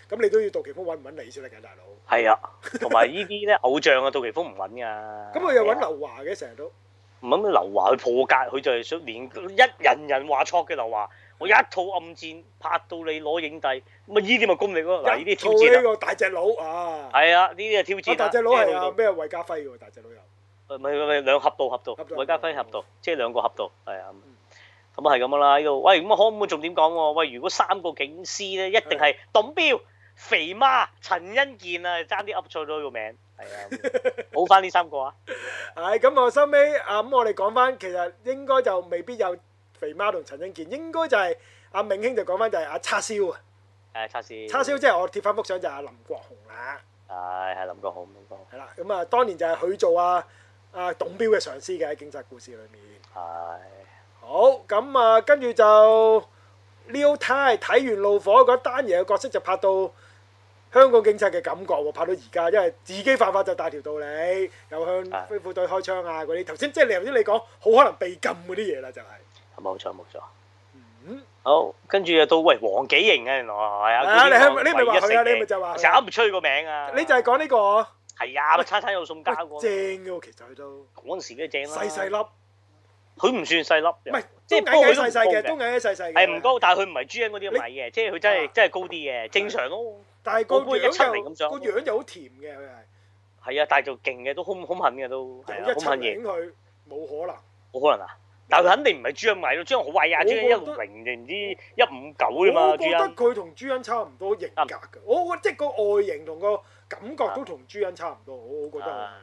Speaker 2: 咁你都要杜琪峰揾唔揾你先得㗎，大佬。
Speaker 1: 係啊，同埋呢啲咧偶像啊，杜琪峰唔揾噶。
Speaker 2: 咁佢又
Speaker 1: 係
Speaker 2: 揾
Speaker 1: 啊
Speaker 2: 劉華嘅，成日都
Speaker 1: 唔諗劉華去破格，佢就係想連一人人話錯嘅劉華，我一套暗戰拍到你攞影帝，咁啊呢啲咪功力咯。嗱，呢
Speaker 2: 一
Speaker 1: 啲挑
Speaker 2: 套
Speaker 1: 戰
Speaker 2: 呢
Speaker 1: 啊，
Speaker 2: 個大隻佬啊，
Speaker 1: 係啊，呢啲係挑戰
Speaker 2: 啊
Speaker 1: 啊。
Speaker 2: 大隻佬係啊
Speaker 1: 即係
Speaker 2: 咩韋家輝喎，大隻佬又
Speaker 1: 唔係唔係唔係兩合度合度，
Speaker 2: 合度嗯
Speaker 1: 韋家輝合
Speaker 2: 合
Speaker 1: 度，即係兩個合度，係啊。咁啊係咁樣啦，呢度喂咁啊可唔可以重點講喎？喂，如果三個警司咧，一定係董彪、肥媽、陳欣健啊，爭啲噏錯咗個名，係啊，咁
Speaker 2: [LAUGHS]
Speaker 1: 好翻呢三個啊，
Speaker 2: 係咁我收尾啊咁我哋講翻，其實應該就未必有肥媽同陳英健，應該就係阿明興就講翻就係阿叉燒啊，
Speaker 1: 誒叉燒，
Speaker 2: 叉燒即係我貼翻幅相就係阿林國雄啦，
Speaker 1: 係係林國雄，林國雄
Speaker 2: 係啦，咁啊當年就係佢做啊啊董彪嘅上司嘅喺警察故事裏面。
Speaker 1: 係
Speaker 2: 好，咁啊，跟住就 Leo Tai 睇完怒火嗰單嘢嘅角色就拍到香港警察嘅感覺喎，拍到而家，因為自己犯法就大條道理，又向
Speaker 1: 係
Speaker 2: 飛虎隊開槍啊嗰啲。頭先即係你頭先你講，好可能被禁嗰啲嘢啦，就係、
Speaker 1: 冇錯冇錯。
Speaker 2: 嗯，
Speaker 1: 好，跟住又到喂黃幾型啊，原來係
Speaker 2: 啊
Speaker 1: 啊，
Speaker 2: 你係咪你咪
Speaker 1: 唯一
Speaker 2: 話佢啊
Speaker 1: 死嘅
Speaker 2: 你咪就話佢啊
Speaker 1: 成日噏唔出佢個名啊，
Speaker 2: 你就係講呢個喎
Speaker 1: 係啊，咪餐餐有送交
Speaker 2: 喂
Speaker 1: 嗰
Speaker 2: 正
Speaker 1: 個，
Speaker 2: 嘅喎，其實佢都
Speaker 1: 嗰陣時都正啦，
Speaker 2: 細細粒，唔
Speaker 1: 佢唔算細粒，
Speaker 2: 係
Speaker 1: 即係
Speaker 2: 都矮矮
Speaker 1: 不過佢
Speaker 2: 細細
Speaker 1: 啊都唔高
Speaker 2: 嘅，
Speaker 1: 嘅
Speaker 2: 都矮矮細細嘅，
Speaker 1: 係唔，高，但係佢唔係朱茵嗰啲咁矮嘅，即係佢真
Speaker 2: 啊
Speaker 1: 係真係高啲嘅，正常咯。
Speaker 2: 但係個
Speaker 1: 我估佢
Speaker 2: 樣
Speaker 1: 170
Speaker 2: 又
Speaker 1: 咁上
Speaker 2: 個樣又好甜嘅，佢係
Speaker 1: 係啊，但係就勁嘅，都兇兇狠嘅都，係
Speaker 2: 有
Speaker 1: 啊，
Speaker 2: 一
Speaker 1: 兇
Speaker 2: 層
Speaker 1: 狠嘢，
Speaker 2: 影佢冇可能。
Speaker 1: 冇可能啊！但係佢肯定唔係朱茵矮咯，朱茵好矮啊，
Speaker 2: 我
Speaker 1: 朱茵一
Speaker 2: 覺得
Speaker 1: 六零定唔知一五九啫嘛，
Speaker 2: 我
Speaker 1: 朱
Speaker 2: 覺得
Speaker 1: 茵
Speaker 2: 佢同朱茵差唔多型格㗎，我我即係個外形同個感覺都同朱茵差唔多，我我覺得
Speaker 1: 啊，，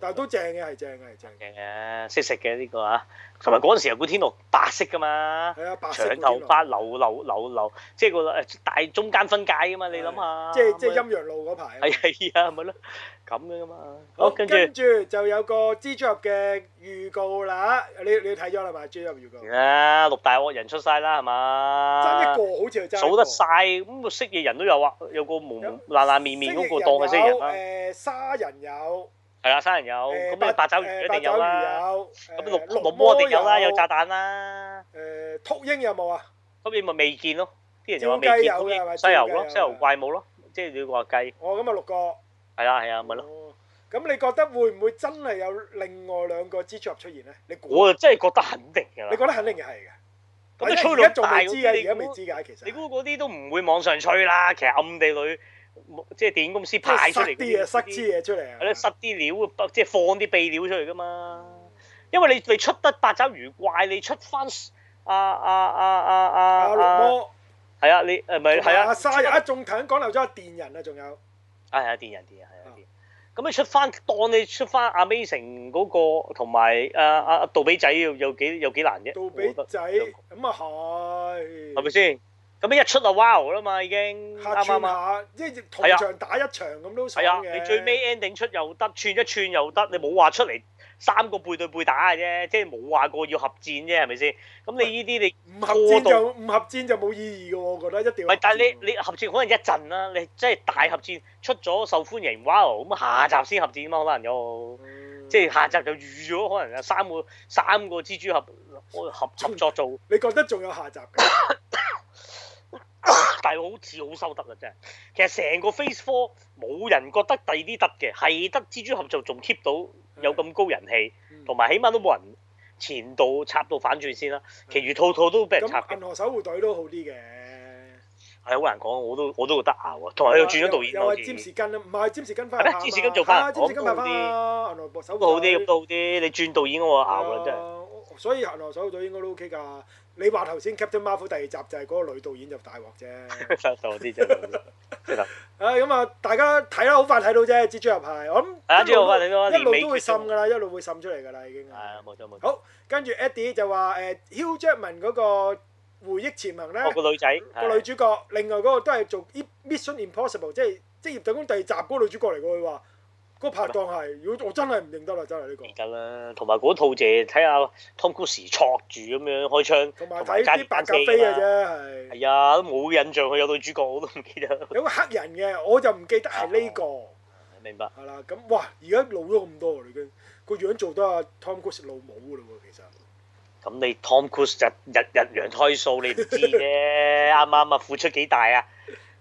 Speaker 2: 但係都正嘅，係正嘅，係正嘅。
Speaker 1: 勁嘅，識食嘅呢個啊，同埋嗰陣時有古天樂白色噶嘛。
Speaker 2: 係啊，白色
Speaker 1: 長
Speaker 2: 嗰
Speaker 1: 頭
Speaker 2: 啲
Speaker 1: 髮
Speaker 2: 咯
Speaker 1: 留留留留，即係個誒大中間分界噶嘛，你諗下，
Speaker 2: 即係即係陰陽路嗰排啊。
Speaker 1: 係係啊，咪咯，咁樣噶嘛。好，
Speaker 2: 好，
Speaker 1: 跟
Speaker 2: 跟
Speaker 1: 住
Speaker 2: 住就有個蜘蛛俠嘅預告啦，你你睇咗啦嘛？蜘蛛俠預告，
Speaker 1: 啊，六大惡人出晒啦，係
Speaker 2: 爭
Speaker 1: 嘛
Speaker 2: 一？個好似就爭一個
Speaker 1: 數得晒，咁個蜥蜴人都有啊，有個蒙蒙爛爛面面嗰個當係蜥蜴人啦，
Speaker 2: 有誒沙人有，
Speaker 1: 係啦，三人有，咁你
Speaker 2: 誒
Speaker 1: 八爪魚一定有啦，，咁
Speaker 2: 八爪魚有
Speaker 1: 綠
Speaker 2: 誒
Speaker 1: 綠魔一定有啦，有炸彈啦，
Speaker 2: 誒禿鷹有冇啊？
Speaker 1: 咁你咪未見咯，啲人又話
Speaker 2: 照
Speaker 1: 未
Speaker 2: 計
Speaker 1: 見，
Speaker 2: 有嘅係咪
Speaker 1: 咁西遊
Speaker 2: 照計有
Speaker 1: 咯，
Speaker 2: 嘅
Speaker 1: 西遊怪冇咯，即係你話計，
Speaker 2: 我咁啊六個。
Speaker 1: 係啦係啊，咪咯。
Speaker 2: 哦咁你覺得會唔會真係有另外兩個蜘蛛俠出現咧？你估？
Speaker 1: 我啊真係覺得肯定㗎啦。
Speaker 2: 你覺得肯定係嘅。
Speaker 1: 咁
Speaker 2: 或
Speaker 1: 你
Speaker 2: 者
Speaker 1: 吹
Speaker 2: 而家
Speaker 1: 兩
Speaker 2: 仲
Speaker 1: 大
Speaker 2: 未
Speaker 1: 嗰
Speaker 2: 知
Speaker 1: 啲
Speaker 2: 嘅，而
Speaker 1: 你
Speaker 2: 家
Speaker 1: 估
Speaker 2: 未知啊㗎，其實。
Speaker 1: 你估嗰啲都唔會網上吹啦，其實暗地裏即係電影公司
Speaker 2: 即係
Speaker 1: 派出
Speaker 2: 塞
Speaker 1: 嚟
Speaker 2: 啲嘢，塞
Speaker 1: 嗰
Speaker 2: 啲嘢出嚟啊！
Speaker 1: 係咯，塞啲料，即係放啲秘料出嚟噶嘛。因為你你出得八爪魚怪，你出翻啊啊啊啊
Speaker 2: 阿
Speaker 1: 啊
Speaker 2: 綠
Speaker 1: 啊，
Speaker 2: 魔，
Speaker 1: 係啊，你誒咪
Speaker 2: 同埋
Speaker 1: 係啊，
Speaker 2: 阿沙人，
Speaker 1: 係
Speaker 2: 啊仲頭先講漏咗阿電人啊，仲有
Speaker 1: 啊，電人電人係啊電人。咁你出翻當你出翻阿 Amazing 嗰個同埋啊啊啊杜比仔有有幾有幾難啫？
Speaker 2: 杜
Speaker 1: 我
Speaker 2: 比
Speaker 1: 覺得
Speaker 2: 仔，咁啊係。
Speaker 1: 係咪先？咁一出就 wow 啦嘛，已經
Speaker 2: 客
Speaker 1: 啱唔
Speaker 2: 串
Speaker 1: 啱啊？
Speaker 2: 下，即係同
Speaker 1: 係啊
Speaker 2: 場打一場咁都爽
Speaker 1: 係啊，
Speaker 2: 嘅。
Speaker 1: 你最尾 ending 出又得，串一串又得，你冇話出嚟三個背對背打嘅啫，即係冇話過要合戰啫，係咪先？咁你呢啲你
Speaker 2: 唔合戰就唔合戰就冇意義嘅喎，我覺得一定
Speaker 1: 唔
Speaker 2: 要合
Speaker 1: 係
Speaker 2: 戰。，
Speaker 1: 但係你你合戰可能一陣啦，你即係大合戰出咗受歡迎 wow，咁下集先合戰嘛，可能有。
Speaker 2: 你
Speaker 1: 即係下集就預咗，可能有三個三個蜘蛛俠合合合作做，
Speaker 2: 你覺得仲有下集嘅？
Speaker 1: 但係好似好收得啊！真係，其實成個 Phase Four 冇人覺得第二啲得嘅，係得蜘蛛俠就仲 keep 到
Speaker 2: 嗯
Speaker 1: 有咁高人氣，同埋起碼都冇人前度插到反轉先啦。其餘套套都俾人插
Speaker 2: 咁啊
Speaker 1: 嘅，
Speaker 2: 銀河守護隊都好啲嘅。
Speaker 1: 係好難講，我都我都覺得拗啊。同埋佢轉咗導演
Speaker 2: 又
Speaker 1: 好
Speaker 2: 係詹士
Speaker 1: 似，
Speaker 2: 根啦，唔係詹士根翻
Speaker 1: 係咩
Speaker 2: 下嘛
Speaker 1: 詹士根做返
Speaker 2: 係啊詹士根
Speaker 1: 我都好
Speaker 2: 拍翻啊銀河守護
Speaker 1: 都好啲，咁
Speaker 2: 隊
Speaker 1: 都好啲。你轉導演我拗啦，真係。
Speaker 2: 係。所以銀河守護隊應該都 OK 㗎。你話頭先 Captain Marvel 第二集就係嗰個女導演就大鑊啫。
Speaker 1: [LAUGHS]
Speaker 2: [LAUGHS]
Speaker 1: 我啲真係，真係。
Speaker 2: 啊，咁啊，大家睇啦，好快睇到啫，蜘蛛入係，我諗
Speaker 1: 啊
Speaker 2: 一
Speaker 1: 蜘蛛俠
Speaker 2: 路都
Speaker 1: 快睇到啊
Speaker 2: 一
Speaker 1: 年
Speaker 2: 路
Speaker 1: 尾
Speaker 2: 都會
Speaker 1: 結束
Speaker 2: 滲噶啦，一路會滲出嚟噶啦，已經
Speaker 1: 係。啊，冇錯冇錯。
Speaker 2: 好，跟住 Eddie 就話誒 Hugh Jackman 嗰個回憶潛行
Speaker 1: 我
Speaker 2: 咧，
Speaker 1: 個女仔，
Speaker 2: 個女主角，另外嗰個都係做 Mission Impossible，即係職業特工第二集嗰個女主角嚟㗎，佢話嗰個拍檔係，如果我真係唔認得啦，真係呢個
Speaker 1: 而。家啦，同埋嗰套就係睇下 Tom Cruise 戳住咁樣開槍，
Speaker 2: 同埋睇
Speaker 1: 加
Speaker 2: 啲白鴿飛嘅
Speaker 1: 啊。
Speaker 2: 啫，係
Speaker 1: 係啊，都冇印象佢有女主角，我都唔記得。 [LAUGHS]
Speaker 2: 有個黑人嘅，我就唔記得係呢個。
Speaker 1: 明白。
Speaker 2: 係啦，咁哇，而家老咗咁多啦，已經個樣做得阿 Tom Cruise 老母噶啦喎，其實
Speaker 1: 咁你 Tom Cruise 日日日陽開數，你唔知啫， [LAUGHS] 啱唔啱啊？付出幾大啊？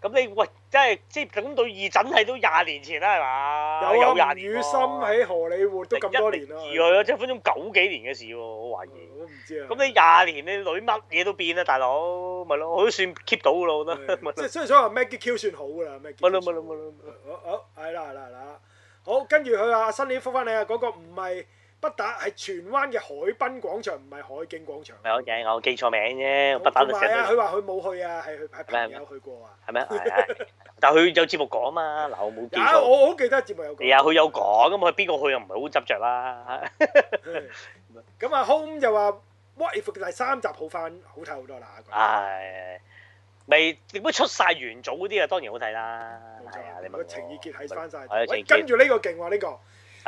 Speaker 1: 咁你喂，真係即係咁到二陣係都廿年前啦，係嘛？
Speaker 2: 有啊，
Speaker 1: 廿
Speaker 2: 吳
Speaker 1: 年
Speaker 2: 宇
Speaker 1: 喎
Speaker 2: 森喺荷里活都咁多年啦，
Speaker 1: 零一零二佢即係分鐘九幾年嘅事喎，我懷疑。
Speaker 2: 我唔知啊。
Speaker 1: 咁你廿年你女乜嘢都變啦，大佬，咪咯，我都算 keep 到咯，我覺 [LAUGHS] 得。咪
Speaker 2: 即
Speaker 1: 咯
Speaker 2: 係雖然所以話 Maggie Q 算好噶啦，Maggie
Speaker 1: 咪
Speaker 2: Q
Speaker 1: 咯咪
Speaker 2: 算
Speaker 1: 咯
Speaker 2: 好
Speaker 1: 咪咯。咪咯
Speaker 2: 好好哦係啦係啦係啦，好跟住佢話新年復翻你啊，嗰個唔係北打係荃灣嘅海濱廣場，唔係海景廣場
Speaker 1: 唔。係我嘅，我記錯名啫，我不打就
Speaker 2: 同
Speaker 1: 成
Speaker 2: 埋啊，
Speaker 1: 日
Speaker 2: 佢話佢冇去啊，係去係朋友去過啊。
Speaker 1: 係咩？係係。但係佢有節目講啊嘛，嗱我冇記
Speaker 2: 有
Speaker 1: 錯。
Speaker 2: 我好記得節目有講。
Speaker 1: 係啊，佢有講咁，佢邊個去又唔係好執着啦。
Speaker 2: 咁啊，Home 就話 What If 第三集好翻好睇好多啦。
Speaker 1: 啊
Speaker 2: 佢
Speaker 1: 唉，咪點解出晒元祖嗰啲啊？當然好睇啦。
Speaker 2: 冇
Speaker 1: 係啊，你
Speaker 2: 錯，
Speaker 1: 問我
Speaker 2: 個情意結係翻晒
Speaker 1: 係啊。情
Speaker 2: 喂
Speaker 1: 意
Speaker 2: 跟
Speaker 1: 結
Speaker 2: 住呢個勁喎，呢個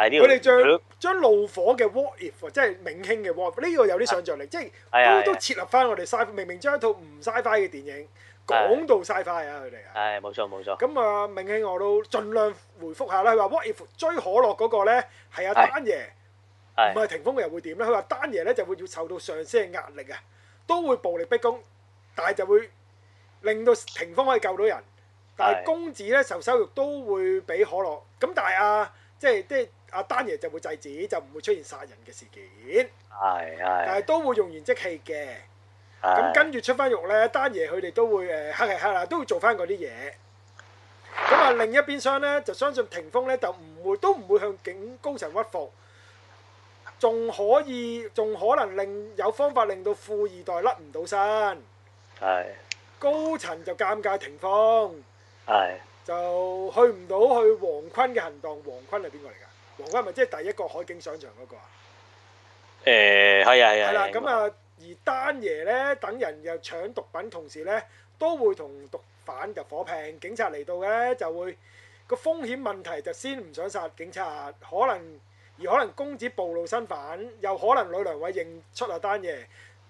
Speaker 1: 係呢個
Speaker 2: 佢哋將將怒火嘅 What If 啊即係銘興嘅 What If，呢個有啲想像力，即
Speaker 1: 係啊係
Speaker 2: 係都
Speaker 1: 啊
Speaker 2: 都切合翻我哋 sci 明明將一套唔 sci-fi 嘅電影講
Speaker 1: 係
Speaker 2: 到 sci-fi 啊，佢哋啊。
Speaker 1: 唉，冇錯冇錯。
Speaker 2: 咁啊，銘興我都盡量回覆下啦。佢話 What If 追可樂嗰個咧係阿
Speaker 1: 係
Speaker 2: 丹爺。唔
Speaker 1: 係
Speaker 2: 係霆鋒嘅人會點咧？佢話單爺咧就會要受到上司嘅壓力啊，都會暴力逼宮，但係就會令到霆鋒可以救到人。但係
Speaker 1: 係
Speaker 2: 公子咧受羞辱都會俾可樂，咁但係啊，即係即係阿丹爺就會制止，就唔會出現殺人嘅事件，
Speaker 1: 係
Speaker 2: 但
Speaker 1: 係。
Speaker 2: 係都會用完即棄嘅。咁
Speaker 1: 係
Speaker 2: 跟住出翻獄咧，單爺佢哋都會誒黑係黑啦，都會做翻嗰啲嘢。咁啊，另一邊廂咧，就相信霆鋒咧就唔會都唔會向警高層屈服，仲可以仲可能令有方法令到富二代甩唔到身，
Speaker 1: 係
Speaker 2: 高層就尷尬霆鋒，
Speaker 1: 係
Speaker 2: 就去唔到去黃坤嘅行動。黃坤係邊個嚟㗎？黃坤係咪即係第一個海景商場嗰個啊？
Speaker 1: 誒係啊係啊。
Speaker 2: 係啦，
Speaker 1: 應該
Speaker 2: 咁，啊，而丹爺咧等人又搶毒品，同時咧都會同毒販就火拼，警察嚟到咧就會個風險問題就先唔想殺警察，可能而可能公子暴露身份，又可能呂良偉認出啊丹爺，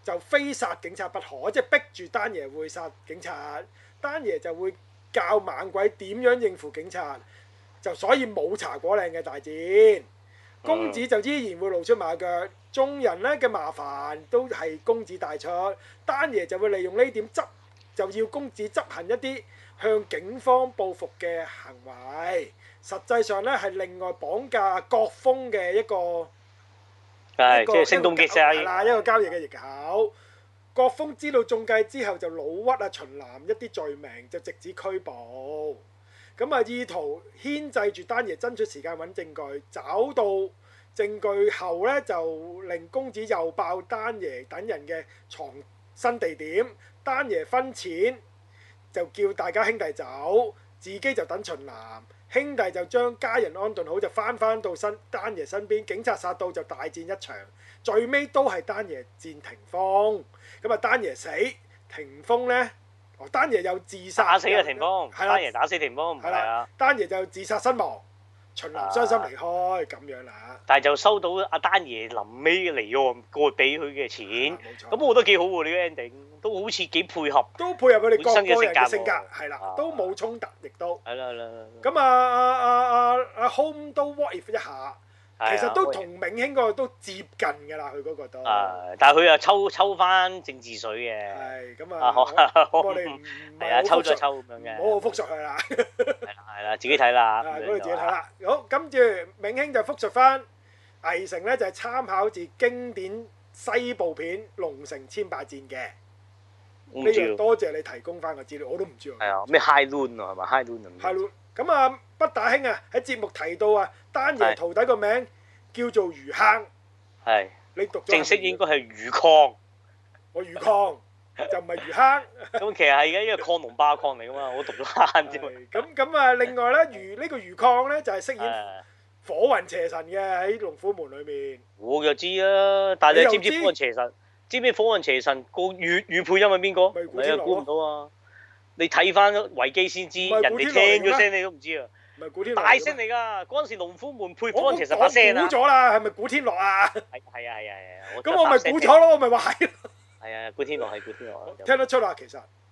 Speaker 2: 就非殺警察不可，即係逼住丹爺會殺警察，丹爺就會教猛鬼點樣應付警察，就所以冇茶果嶺嘅大戰。公子就依然會露出馬腳，眾人咧嘅麻煩都係公子帶出，丹爺就會利用呢點執，就要公子執行一啲向警方報復嘅行為。實際上咧係另外綁架郭峰嘅一個
Speaker 1: 係
Speaker 2: 一個
Speaker 1: 即係聲東擊西啊
Speaker 2: 係啦，一個交易嘅藉口。郭峰知道中計之後，就老屈啊秦南一啲罪名，就直指拘捕。咁啊，意圖牽制住丹爺爭取時間揾證據，找到證據後呢，就令公子又爆丹爺等人嘅藏身地點，丹爺分錢就叫大家兄弟走，自己就等秦南。兄弟就將家人安頓好，就翻返到新丹爺身邊。警察殺到就大戰一場，最尾都係丹爺戰霆鋒。咁啊，丹爺死，霆鋒呢？哦丹爺又自殺，啊
Speaker 1: 打死嘅田方，
Speaker 2: 係啦
Speaker 1: 單人打死田方，唔
Speaker 2: 係
Speaker 1: 係
Speaker 2: 啦
Speaker 1: 啊。
Speaker 2: 丹爺就自殺身亡，秦林傷心離開咁樣啦。
Speaker 1: 但係就收到阿丹爺臨尾離岸過俾佢嘅錢，
Speaker 2: 啊冇錯。
Speaker 1: 咁我覺得幾好喎呢個 ending，都好似幾配合。
Speaker 2: 都配合佢哋
Speaker 1: 本
Speaker 2: 各
Speaker 1: 身嘅
Speaker 2: 個人嘅性
Speaker 1: 性
Speaker 2: 格
Speaker 1: 格喎，
Speaker 2: 係啦
Speaker 1: 啊，
Speaker 2: 都冇衝突，亦都
Speaker 1: 係啦係啦，
Speaker 2: 咁啊啊啊啊啊 Home 都 what if 一下，其
Speaker 1: 係啊
Speaker 2: 實都
Speaker 1: 喂
Speaker 2: 同銘興嗰個都接近㗎啦，佢嗰個都
Speaker 1: 啊，但係佢又抽抽翻政治水嘅，
Speaker 2: 係咁
Speaker 1: 啊
Speaker 2: 啊，
Speaker 1: 好
Speaker 2: 咁我哋唔
Speaker 1: 係啊，
Speaker 2: 唔係
Speaker 1: 抽
Speaker 2: 好複
Speaker 1: 咗
Speaker 2: 述，
Speaker 1: 抽咁樣嘅，
Speaker 2: 唔好複述
Speaker 1: [LAUGHS]
Speaker 2: 佢啦，
Speaker 1: 係啦係啦，自己睇啦，
Speaker 2: 啊
Speaker 1: 咁
Speaker 2: 嗰
Speaker 1: 樣
Speaker 2: 度自己
Speaker 1: 就
Speaker 2: 睇啦。好，跟住銘興就複述翻，魏城咧就係參考自經典西部片《龍城千霸戰》嘅，
Speaker 1: 唔
Speaker 2: 呢樣
Speaker 1: 知喎
Speaker 2: 多謝你提供翻個資料，我都唔知喎。
Speaker 1: 係啊，咩 High Noon 啊，係咪 High Noon
Speaker 2: 係
Speaker 1: 啊？
Speaker 2: 咯，咁啊，北打兄啊喺節目提到啊，丹爺
Speaker 1: 係
Speaker 2: 徒弟個名叫做魚坑，
Speaker 1: 係
Speaker 2: 你讀咗
Speaker 1: 正式應該係魚
Speaker 2: [LAUGHS]
Speaker 1: 礦，
Speaker 2: 我魚礦就唔係
Speaker 1: [LAUGHS]
Speaker 2: 魚
Speaker 1: 咁其實係嘅，因為礦龍霸礦嚟噶嘛，我讀咗慳
Speaker 2: 坑。
Speaker 1: 啫嘛。
Speaker 2: [LAUGHS] 係咁咁啊，另外咧，魚呢個魚礦咧就係飾演
Speaker 1: 誒，
Speaker 2: 火雲邪神嘅喺龍虎門裏面。
Speaker 1: 我就知啊，但係你
Speaker 2: 你又
Speaker 1: 知唔
Speaker 2: 知
Speaker 1: 知火雲邪神？知唔知火雲邪神個粵語配音係邊
Speaker 2: 咪古
Speaker 1: 個？你
Speaker 2: 天樂
Speaker 1: 又
Speaker 2: 咯
Speaker 1: 估唔到啊！你睇翻維基先知，
Speaker 2: 唔
Speaker 1: 人
Speaker 2: 係古
Speaker 1: 哋
Speaker 2: 天樂
Speaker 1: 聽咗
Speaker 2: 嚟嘅咩
Speaker 1: 聲你都唔知啊！
Speaker 2: 唔係古天樂
Speaker 1: 大
Speaker 2: 嚟㗎
Speaker 1: 聲嚟㗎，嗰陣時龍虎門配
Speaker 2: 我我
Speaker 1: 火
Speaker 2: 我
Speaker 1: 雲
Speaker 2: 估
Speaker 1: 邪神把聲啊！
Speaker 2: 咗啦，係咪古天
Speaker 1: [LAUGHS]
Speaker 2: 樂啊？
Speaker 1: 係係啊係啊係啊！
Speaker 2: 咁我咪估咗咯，我咪話係，
Speaker 1: 係啊，古天樂係古天樂， [LAUGHS]
Speaker 2: 聽得出啦，其實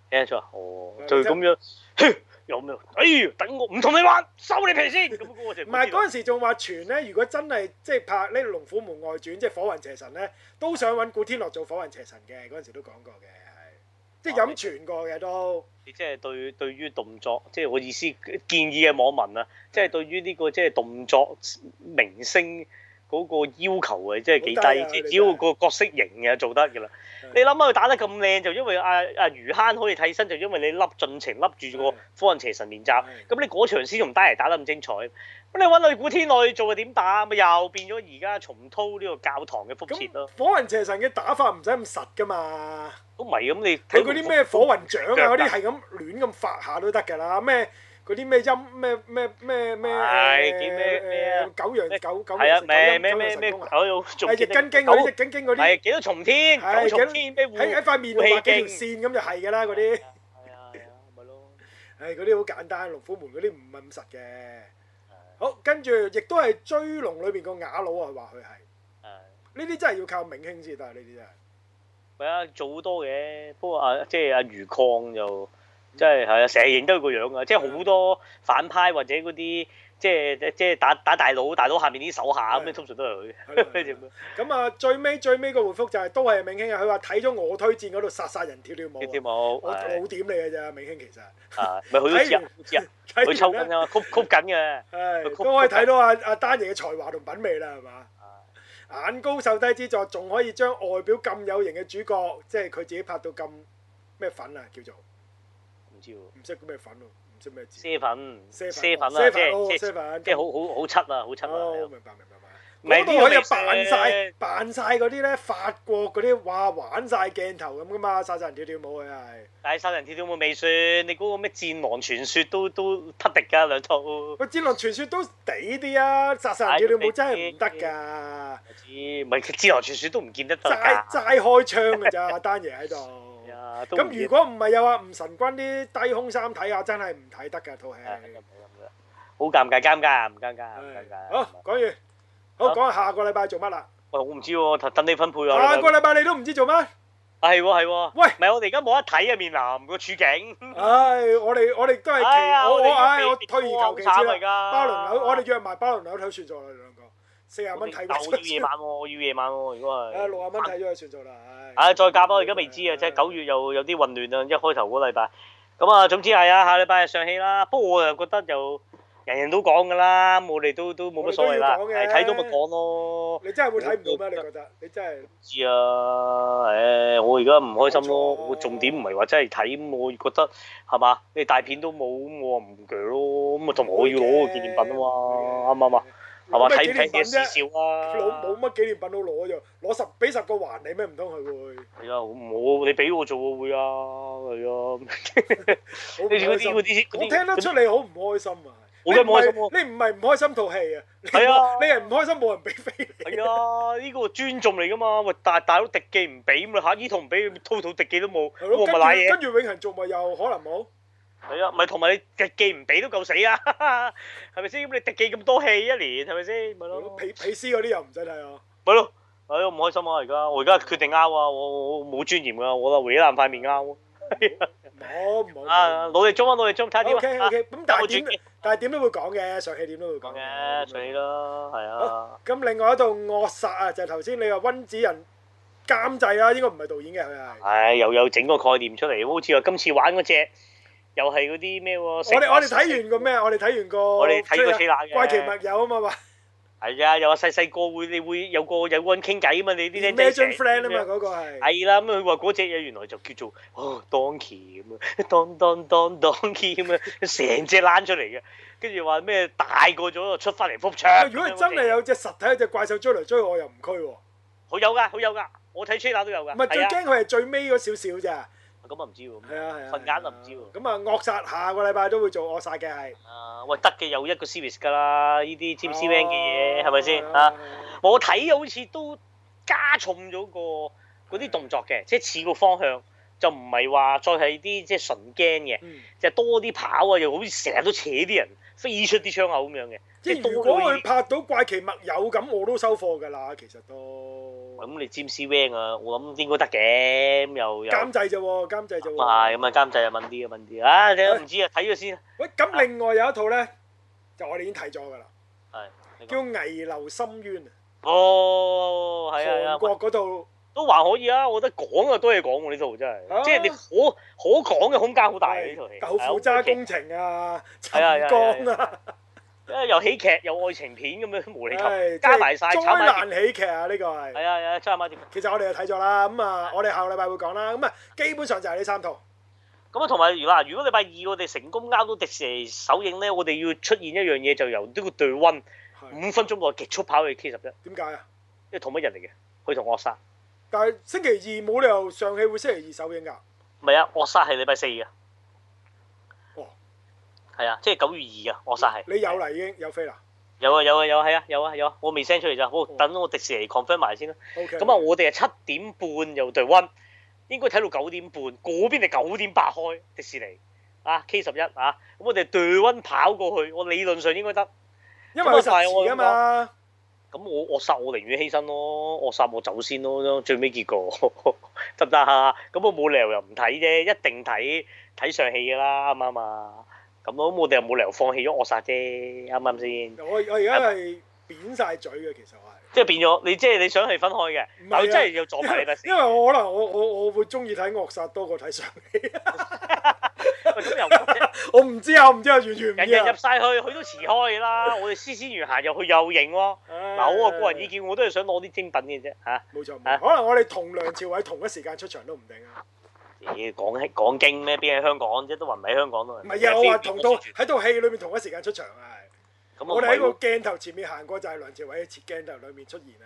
Speaker 1: 聽得出啊！哦
Speaker 2: 係，
Speaker 1: 就咁樣，嘿有咩？哎呀，等我唔同你玩，收你皮先。咁嗰個就
Speaker 2: 唔係
Speaker 1: 嗰
Speaker 2: 嗰陣時仲話傳咧，如果真係即係拍呢《龍虎門外傳》即係《火雲邪神》咧，都想揾古天樂做火雲邪神嘅，嗰陣時都講過嘅，係即
Speaker 1: 哦
Speaker 2: 係飲傳過嘅都。
Speaker 1: 即係對對於動作，即係我意思建議嘅網民啊，即係對於呢個即係動作明星嗰個要求啊，即係幾
Speaker 2: 好低啊
Speaker 1: 低，即
Speaker 2: 佢哋
Speaker 1: 係只要個角色型嘅做得㗎啦
Speaker 2: 係。
Speaker 1: 你諗下佢打得咁靚，就因為啊阿阿魚坑可以替身，就因為你笠盡情笠住個
Speaker 2: 係
Speaker 1: 火雲邪神練習。
Speaker 2: 係
Speaker 1: 咁你嗰場先同丹尼打得咁精彩，咁你揾女古天樂去做啊點打？咪又變咗而家重蹈呢個教堂嘅覆轍
Speaker 2: 咁
Speaker 1: 咯。
Speaker 2: 火雲邪神嘅打法唔使咁實噶嘛，
Speaker 1: 都唔係咁你
Speaker 2: 佢嗰啲咩火雲掌啊嗰
Speaker 1: 腳㗎
Speaker 2: 啲係咁亂咁發下都得㗎啦，咩嗰啲咩陰咩咩咩咩
Speaker 1: 係幾咩咩啊
Speaker 2: 誒九陽
Speaker 1: 咩
Speaker 2: 九九
Speaker 1: 係
Speaker 2: 陽
Speaker 1: 啊
Speaker 2: 神
Speaker 1: 咩咩
Speaker 2: 九陰
Speaker 1: 咩
Speaker 2: 九陽
Speaker 1: 咩九
Speaker 2: 神功啊，
Speaker 1: 仲
Speaker 2: 係易筋經嗰啊啲易筋經嗰啲
Speaker 1: 係幾多重天九
Speaker 2: 係幾
Speaker 1: 重
Speaker 2: 多
Speaker 1: 天咩
Speaker 2: 喺喺
Speaker 1: 護
Speaker 2: 塊面度
Speaker 1: 護氣
Speaker 2: 畫幾條
Speaker 1: 勁
Speaker 2: 線咁就係㗎啦嗰啲
Speaker 1: 係。啊係啊係啊咪咯
Speaker 2: 誒嗰啲好簡單，龍虎門嗰啲唔係咁實嘅。好，跟住亦都係追龍裏邊個啞佬啊，話佢係
Speaker 1: 係
Speaker 2: 呢啲真係要靠明興先得，呢
Speaker 1: [LAUGHS]
Speaker 2: 啲真係。
Speaker 1: 咪啊做好多嘅，不過啊即係阿魚礦就即係係啊成日認得佢個樣啊，即係好多反派或者嗰啲即係即係打打大佬，大佬下面啲手下咁
Speaker 2: 係
Speaker 1: 樣通常都係佢
Speaker 2: 係咯係
Speaker 1: 咁
Speaker 2: 咯
Speaker 1: 樣。
Speaker 2: 咁啊，最尾最尾個回覆就係都係明興啊，佢話睇咗我推薦嗰度殺殺人跳跳舞
Speaker 1: 跳跳
Speaker 2: 啊，
Speaker 1: 舞，
Speaker 2: 我
Speaker 1: 係
Speaker 2: 老點你嘅咋，明興其實。
Speaker 1: 啊，咪佢都知啊，都知啊，
Speaker 2: [LAUGHS]
Speaker 1: 佢抽緊
Speaker 2: 睇完咧，
Speaker 1: 啊，曲曲緊嘅，
Speaker 2: 唉，
Speaker 1: 佢曲
Speaker 2: 都可以睇到阿阿丹爺嘅才華同品味啦，係嘛？眼高手低之作，仲可以將外表咁有型嘅主角，即係佢自己拍到咁咩粉啊，叫做
Speaker 1: 唔
Speaker 2: 唔
Speaker 1: 知喎，
Speaker 2: 識咩粉喎，唔識咩字。
Speaker 1: 啡粉，
Speaker 2: 啡
Speaker 1: 啡
Speaker 2: 粉
Speaker 1: 粉
Speaker 2: 啡
Speaker 1: 啦，
Speaker 2: 粉
Speaker 1: 即係即
Speaker 2: 啡
Speaker 1: 係
Speaker 2: 粉，
Speaker 1: 即係好好好七啊，好七
Speaker 2: 哦，
Speaker 1: 啊，
Speaker 2: 明白明白
Speaker 1: 唔
Speaker 2: 明白。
Speaker 1: 係呢
Speaker 2: 嗰
Speaker 1: 個
Speaker 2: 度佢又
Speaker 1: 未
Speaker 2: 扮晒
Speaker 1: 食
Speaker 2: 扮晒嗰啲咧法國嗰啲，哇玩晒鏡頭咁噶嘛，殺殺人跳跳舞佢係。
Speaker 1: 但係殺人跳跳舞未算，你嗰個咩戰狼傳說都都匹敵㗎兩套，我
Speaker 2: 喂，戰狼傳說都抵啲啊，殺殺人跳跳舞真係唔得㗎，
Speaker 1: 知，唔係戰狼傳說都唔見得得
Speaker 2: 齋
Speaker 1: 㗎，
Speaker 2: 齋開槍
Speaker 1: [LAUGHS]
Speaker 2: 㗎咋，單嘢喺度。
Speaker 1: 係啊，都唔
Speaker 2: 咁如
Speaker 1: 見
Speaker 2: 果唔係有啊吳神君啲低胸衫睇啊，真係唔睇得㗎套戲。
Speaker 1: 係啊咁樣咁樣好尷尬，尷尬唔尷尬？唔尷
Speaker 2: 係
Speaker 1: 尬。
Speaker 2: 好，講完，好講下下個禮拜做乜啦？
Speaker 1: 喂，我唔知喎，等等你分配我啦。
Speaker 2: 下個禮拜你都唔知做乜？
Speaker 1: 啊係喎係喎，
Speaker 2: 喂
Speaker 1: 唔係我哋而家冇得睇啊，面臨個處境。
Speaker 2: 唉，我哋我哋都係期，
Speaker 1: 哎呀
Speaker 2: 我
Speaker 1: 我哋已經
Speaker 2: 我唉，
Speaker 1: 被
Speaker 2: 我
Speaker 1: 逼
Speaker 2: 退而求其
Speaker 1: 好慘
Speaker 2: 之
Speaker 1: 嚟㗎
Speaker 2: 啦。包輪樓，我哋約埋包輪樓睇算數啦，兩個四廿蚊睇
Speaker 1: 但我要夜
Speaker 2: 咗，
Speaker 1: 晚喎，我要夜晚喎，如果係。
Speaker 2: 誒六廿蚊睇咗佢算數啦。
Speaker 1: 唉，再夾啦，而家未
Speaker 2: 嗯
Speaker 1: 知啊，即係九月又有啲混亂啊，一開頭嗰個禮拜。咁啊，總之係啊，下禮拜就上戲啦。不過我又覺得就人人都講㗎啦，咁我哋都都冇乜所謂啦，
Speaker 2: 我哋都要講嘅
Speaker 1: 係睇到咪講咯。
Speaker 2: 你真係會睇唔到咩？你覺得？你真係
Speaker 1: 知啊，誒，我而家唔開心咯。
Speaker 2: 冇錯
Speaker 1: 我重點唔係話真係睇，咁我覺得係嘛？你大片都冇，咁我唔鋸咯。咁啊，同埋我要攞個紀念品啊嘛，啱唔啱啊？係嘛？
Speaker 2: 攞咩
Speaker 1: 睇唔
Speaker 2: 紀念
Speaker 1: 睇
Speaker 2: 品
Speaker 1: 嘅事
Speaker 2: 啫？
Speaker 1: 少啊。
Speaker 2: 攞冇乜紀念品都攞咗，攞十俾十個還你咩？唔通佢會
Speaker 1: 係啊，我你俾我做我會啊，係啊。
Speaker 2: 好唔
Speaker 1: 你嗰啲
Speaker 2: 開
Speaker 1: 嗰
Speaker 2: 心？
Speaker 1: 啲嗰啲，
Speaker 2: 我聽得出你好唔開心啊！
Speaker 1: 冇嘅
Speaker 2: 你唔係
Speaker 1: 冇開心
Speaker 2: 你唔係唔開心套戲啊！你
Speaker 1: 係啊
Speaker 2: 你係唔開心冇人俾飛
Speaker 1: [LAUGHS]
Speaker 2: 你。
Speaker 1: 係啊，呢個尊重嚟噶嘛？喂，大大佬迪記唔俾咁啦嚇，依套唔俾，套套迪記都冇，
Speaker 2: 係
Speaker 1: 咁
Speaker 2: 咯
Speaker 1: 我咪賴嘢。
Speaker 2: 跟住跟住永恆族咪又可能冇。
Speaker 1: 係啊，咪同埋你迪記唔俾都夠死啊，係咪先？咁你迪記咁多戲一年係咪先？咪
Speaker 2: 係咯
Speaker 1: 咯，
Speaker 2: 皮皮斯嗰啲又唔使睇啊。
Speaker 1: 咪咯，哎呀唔開心啊！而家我而家決定拗啊，我我冇尊嚴噶，我啦搲爛塊面拗
Speaker 2: 冇冇。
Speaker 1: 啊！
Speaker 2: 冇
Speaker 1: 努力中啊，努力中，睇下點
Speaker 2: O
Speaker 1: 啊
Speaker 2: K
Speaker 1: 啊
Speaker 2: O K，咁但
Speaker 1: 有冇
Speaker 2: 係
Speaker 1: 轉
Speaker 2: 點？但係點都會講嘅，上戲點都會
Speaker 1: 講
Speaker 2: 講
Speaker 1: 嘅，
Speaker 2: 咁樣
Speaker 1: 隨你啦，係啊，
Speaker 2: 咁另外一套惡殺啊，就係頭先你話温子仁監製啦，應該唔係導演嘅佢係。
Speaker 1: 唉，又有整個概念出嚟，好似話今次玩嗰只又係嗰啲咩喎？我
Speaker 2: 我哋我哋睇完個咩？啊我哋睇完個。
Speaker 1: 我哋睇過
Speaker 2: 出嚟啊
Speaker 1: trailer 嘅
Speaker 2: 怪奇物有啊嘛話。
Speaker 1: 係啊，又話細細個會你會有個有個人傾偈啊嘛，你啲僆仔
Speaker 2: Imagine Friend 啊嘛，嗰個係。
Speaker 1: 係啦，咁佢話嗰只嘢原來就叫做哦 donkey 咁樣， [LAUGHS] 當當當 donkey 咁樣，成隻躝出嚟嘅，跟住話咩大個咗就出翻嚟覆
Speaker 2: 喂
Speaker 1: 槍。
Speaker 2: 如果係真係有隻實體有隻怪獸追嚟追去我又唔拘喎，唔
Speaker 1: 好有㗎，好有㗎，我睇 trailer 都有㗎。
Speaker 2: 係最
Speaker 1: 係啊
Speaker 2: 驚佢係最尾嗰少少咋，
Speaker 1: 咁啊唔知喎。
Speaker 2: 係啊係啊，
Speaker 1: 瞓眼就唔知喎。
Speaker 2: 咁啊惡殺下個禮拜都會做惡殺嘅係，
Speaker 1: 啊，喂，得嘅有一個 series 㗎啦，呢啲 James Wan 嘅嘢係咪先啊
Speaker 2: 啊？？
Speaker 1: 我睇好似都加重咗個嗰啲動作嘅，即係似個方向，就唔係話再係啲即係純驚嘅，
Speaker 2: 嗯
Speaker 1: 就多啲跑啊，又好似成日都扯啲人飛出啲窗口咁樣嘅，
Speaker 2: 即
Speaker 1: 係
Speaker 2: 係
Speaker 1: 多
Speaker 2: 如果
Speaker 1: 咗呢
Speaker 2: 佢
Speaker 1: 啲。
Speaker 2: 拍到怪奇物有咁，我都收貨㗎啦，其實都
Speaker 1: 咁你 James Wan 啊，我諗應該得嘅，咁又又
Speaker 2: 監製啫喎，監製啫
Speaker 1: 咁啊係
Speaker 2: 喎。
Speaker 1: 咁啊監製啊問啲啊問啲啊，你都唔知啊，睇咗先啊。
Speaker 2: 喂，咁另外有一套咧，就我哋已經睇咗㗎啦，
Speaker 1: 係你
Speaker 2: 叫
Speaker 1: 講
Speaker 2: 《危樓深淵》
Speaker 1: 哦，係啊
Speaker 2: 啊，
Speaker 1: 係
Speaker 2: 韓
Speaker 1: 啊，
Speaker 2: 國嗰套。
Speaker 1: 都還可以啊，我覺得講啊多嘢講喎呢套真係，
Speaker 2: 啊
Speaker 1: 即係你可可講嘅空間好大嘅呢套戲，
Speaker 2: 豆
Speaker 1: 係啊
Speaker 2: 腐
Speaker 1: 好
Speaker 2: 渣
Speaker 1: 奇怪
Speaker 2: 工程啊，沉
Speaker 1: 係啊係啊
Speaker 2: 江
Speaker 1: 係
Speaker 2: 啊，
Speaker 1: 啊，又喜劇又愛情片咁樣無厘頭
Speaker 2: 唉，
Speaker 1: 加埋晒
Speaker 2: 即係
Speaker 1: 炒埋碟
Speaker 2: 災難喜劇啊！呢個係
Speaker 1: 係啊係啊，加埋碟。
Speaker 2: 其實我哋就睇咗啦，咁啊，我哋下個禮拜會講啦，咁啊，基本上就係呢三套，
Speaker 1: 咁啊，同埋如嗱，如果禮拜二我哋成功拗到迪士尼首映咧，我哋要出現一樣嘢，就由呢個對温
Speaker 2: 係
Speaker 1: 五分鐘內極速跑去 K 十一，因
Speaker 2: 點解啊？
Speaker 1: 為同一人嚟嘅，佢同惡殺。
Speaker 2: 但係星期二冇理由上戲會星期二首映㗎，
Speaker 1: 唔係啊，惡殺係禮拜四嘅。
Speaker 2: 哦。
Speaker 1: 係啊，即係九月二啊，惡殺係。
Speaker 2: 你有啦已經有飛啦
Speaker 1: 有啊有啊有啊係啊有啊有啊，我未 send 出嚟咋，
Speaker 2: 哦
Speaker 1: 我等我迪士尼 confirm 埋先啦。
Speaker 2: ，OK。
Speaker 1: 咁啊，我哋係七點半又對温，應該睇到九點半，嗰邊係九點八開迪士尼啊 K 十一啊，咁我哋對温跑過去，我理論上應該得。
Speaker 2: 因為佢
Speaker 1: 咁啊
Speaker 2: 實時㗎嘛，
Speaker 1: 咁我惡殺我寧願犧牲咯，惡殺我走先咯，最尾結果 [LAUGHS] 得唔得啊？咁我冇理由又唔睇啫，一定睇睇上戲㗎啦，啱唔啱啊？咁咯，咁我哋又冇理由放棄咗惡殺啫，啱唔啱先？
Speaker 2: 我我而家係扁晒嘴嘅，其實我係。
Speaker 1: 即係變咗你，即係你想係分開嘅，
Speaker 2: 唔係啊
Speaker 1: 但係真係要撞埋你得
Speaker 2: [LAUGHS]
Speaker 1: 先。
Speaker 2: 因為我可能我我我會中意睇惡殺多過睇上戲，
Speaker 1: 喂咁又唔得啫
Speaker 2: [LAUGHS] 我唔知啊，我唔知啊，完全唔
Speaker 1: 人
Speaker 2: 知
Speaker 1: 人入
Speaker 2: 啊。
Speaker 1: 晒去，佢都遲開㗎啦。我哋思思完行入去又型喎。嗱，我啊個人意見，我都係想攞啲精品嘅啫嚇。
Speaker 2: 冇錯，冇
Speaker 1: 啊
Speaker 2: 錯可能我哋同梁朝偉同一時間出場都唔定啊！
Speaker 1: 咦，講起講經咩？邊喺香港啫？都話唔喺香港咯。
Speaker 2: 唔係啊，我話同到
Speaker 1: 咁
Speaker 2: 喺套戲裏面同一時間出場啊！係
Speaker 1: 啊
Speaker 2: 我哋
Speaker 1: 唔
Speaker 2: 喺
Speaker 1: 係
Speaker 2: 個
Speaker 1: 喎
Speaker 2: 鏡頭前面行過，就係梁朝偉喺切鏡頭裏面出現啊！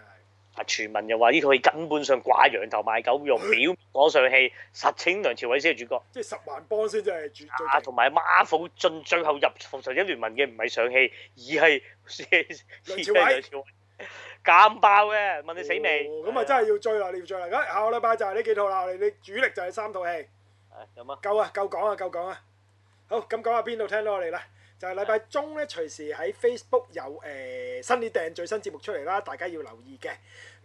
Speaker 1: 啊！傳聞又話呢套戲根本上掛羊頭賣狗肉，表面講上戲，實情梁朝偉先係主角。
Speaker 2: 係即係十環幫先至係絕
Speaker 1: 啊，
Speaker 2: 最
Speaker 1: 同埋 Marvel 進最後入復仇者聯盟嘅唔係上戲，而係而係梁朝偉咁爆嘅，問你死未？
Speaker 2: 哦咁啊，真係要追啦！你要追啦！咁啊下個禮拜就係呢幾套啦，我哋啲主力就係三套戲，
Speaker 1: 係咁啊！
Speaker 2: 夠啊，夠講啊，夠講啊！好，咁講下邊度聽到我哋啦？就係禮拜中咧，隨時喺 Facebook 有誒、呃新啲訂最新節目出嚟啦，大家要留意嘅。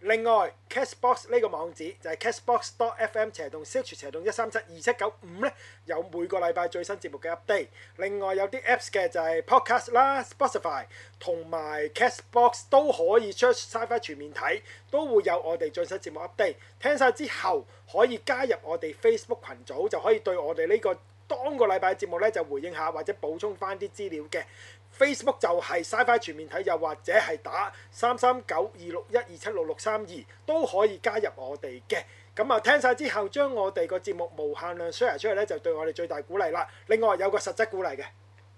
Speaker 2: 另外，Cashbox 呢個網址就係 cashbox.fm 斜洞 search 斜洞一三七二七九五咧，有每個禮拜最新節目嘅 update。另外有啲 apps 嘅就係 Podcast 啦、Spotify 同埋 Cashbox 都可以 search Sci-Fi 全面睇，都會有我哋最新節目 update。聽晒之後可以加入我哋 Facebook 群組，就可以對我哋呢、個。當個禮拜節目咧就回應下或者補充翻啲資料嘅。Facebook 就係 Sci-Fi 全面睇，又或者係打三三九二六一二七六六三二都可以加入我哋嘅。咁啊，聽晒之後將我哋個節目無限量 share 出去咧，就對我哋最大鼓勵啦。另外有個實質鼓勵嘅，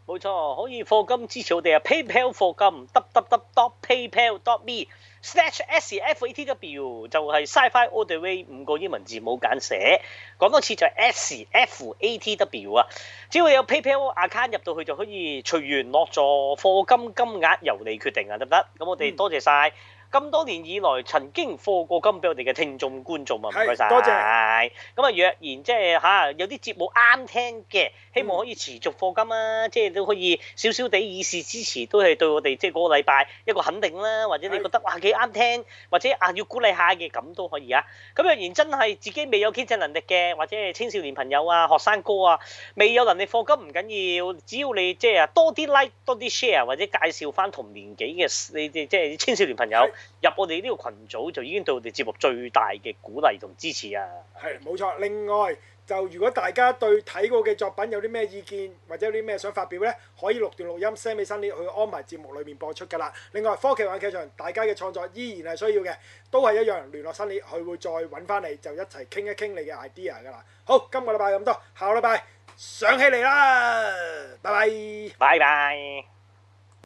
Speaker 1: 冇錯，可以課金支持我哋啊！PayPal 課金 d w w w paypal dot me slash s E f a t w 就係 SciFi All the Way 五個英文字母簡寫，講多次就係 s E f a t w 啊！只要有 PayPal account 入到去就可以隨緣落座，課金金額由你決定啊，得唔得？咁我哋多謝晒咁多年以來曾經課過金俾我哋嘅聽眾觀眾啊，唔該晒。
Speaker 2: 係多謝
Speaker 1: 係，咁啊若然即係嚇有啲節目啱聽嘅，希望可以持續課金啦，即係都可以少少地以示支持，都係對我哋即係嗰個禮拜一個肯定啦，或者你覺得哇幾啱聽，或者啊要鼓勵下嘅咁都可以啊。咁若然真係自己未有經濟能力嘅，或者係青少年朋友啊、學生哥啊，未有能力課金唔緊要，只要你即係啊多啲 like、多啲 share 或者介紹翻同年紀嘅你哋即係青少年朋友
Speaker 2: 係
Speaker 1: 入我哋呢個群組，就已經對我哋節目最大嘅鼓勵同支持啊！
Speaker 2: 係冇錯。另外就如果大家對睇過嘅作品有啲咩意見，或者有啲咩想發表呢，可以錄段錄音 send 俾新烈去安排節目裏面播出㗎啦。另外科技玩劇場，大家嘅創作依然係需要嘅，都係一樣聯絡新烈，佢會再揾翻你，就一齊傾一傾你嘅 idea 㗎啦。好，今個禮拜咁多，下個禮拜上起嚟啦，拜拜。
Speaker 1: 拜拜。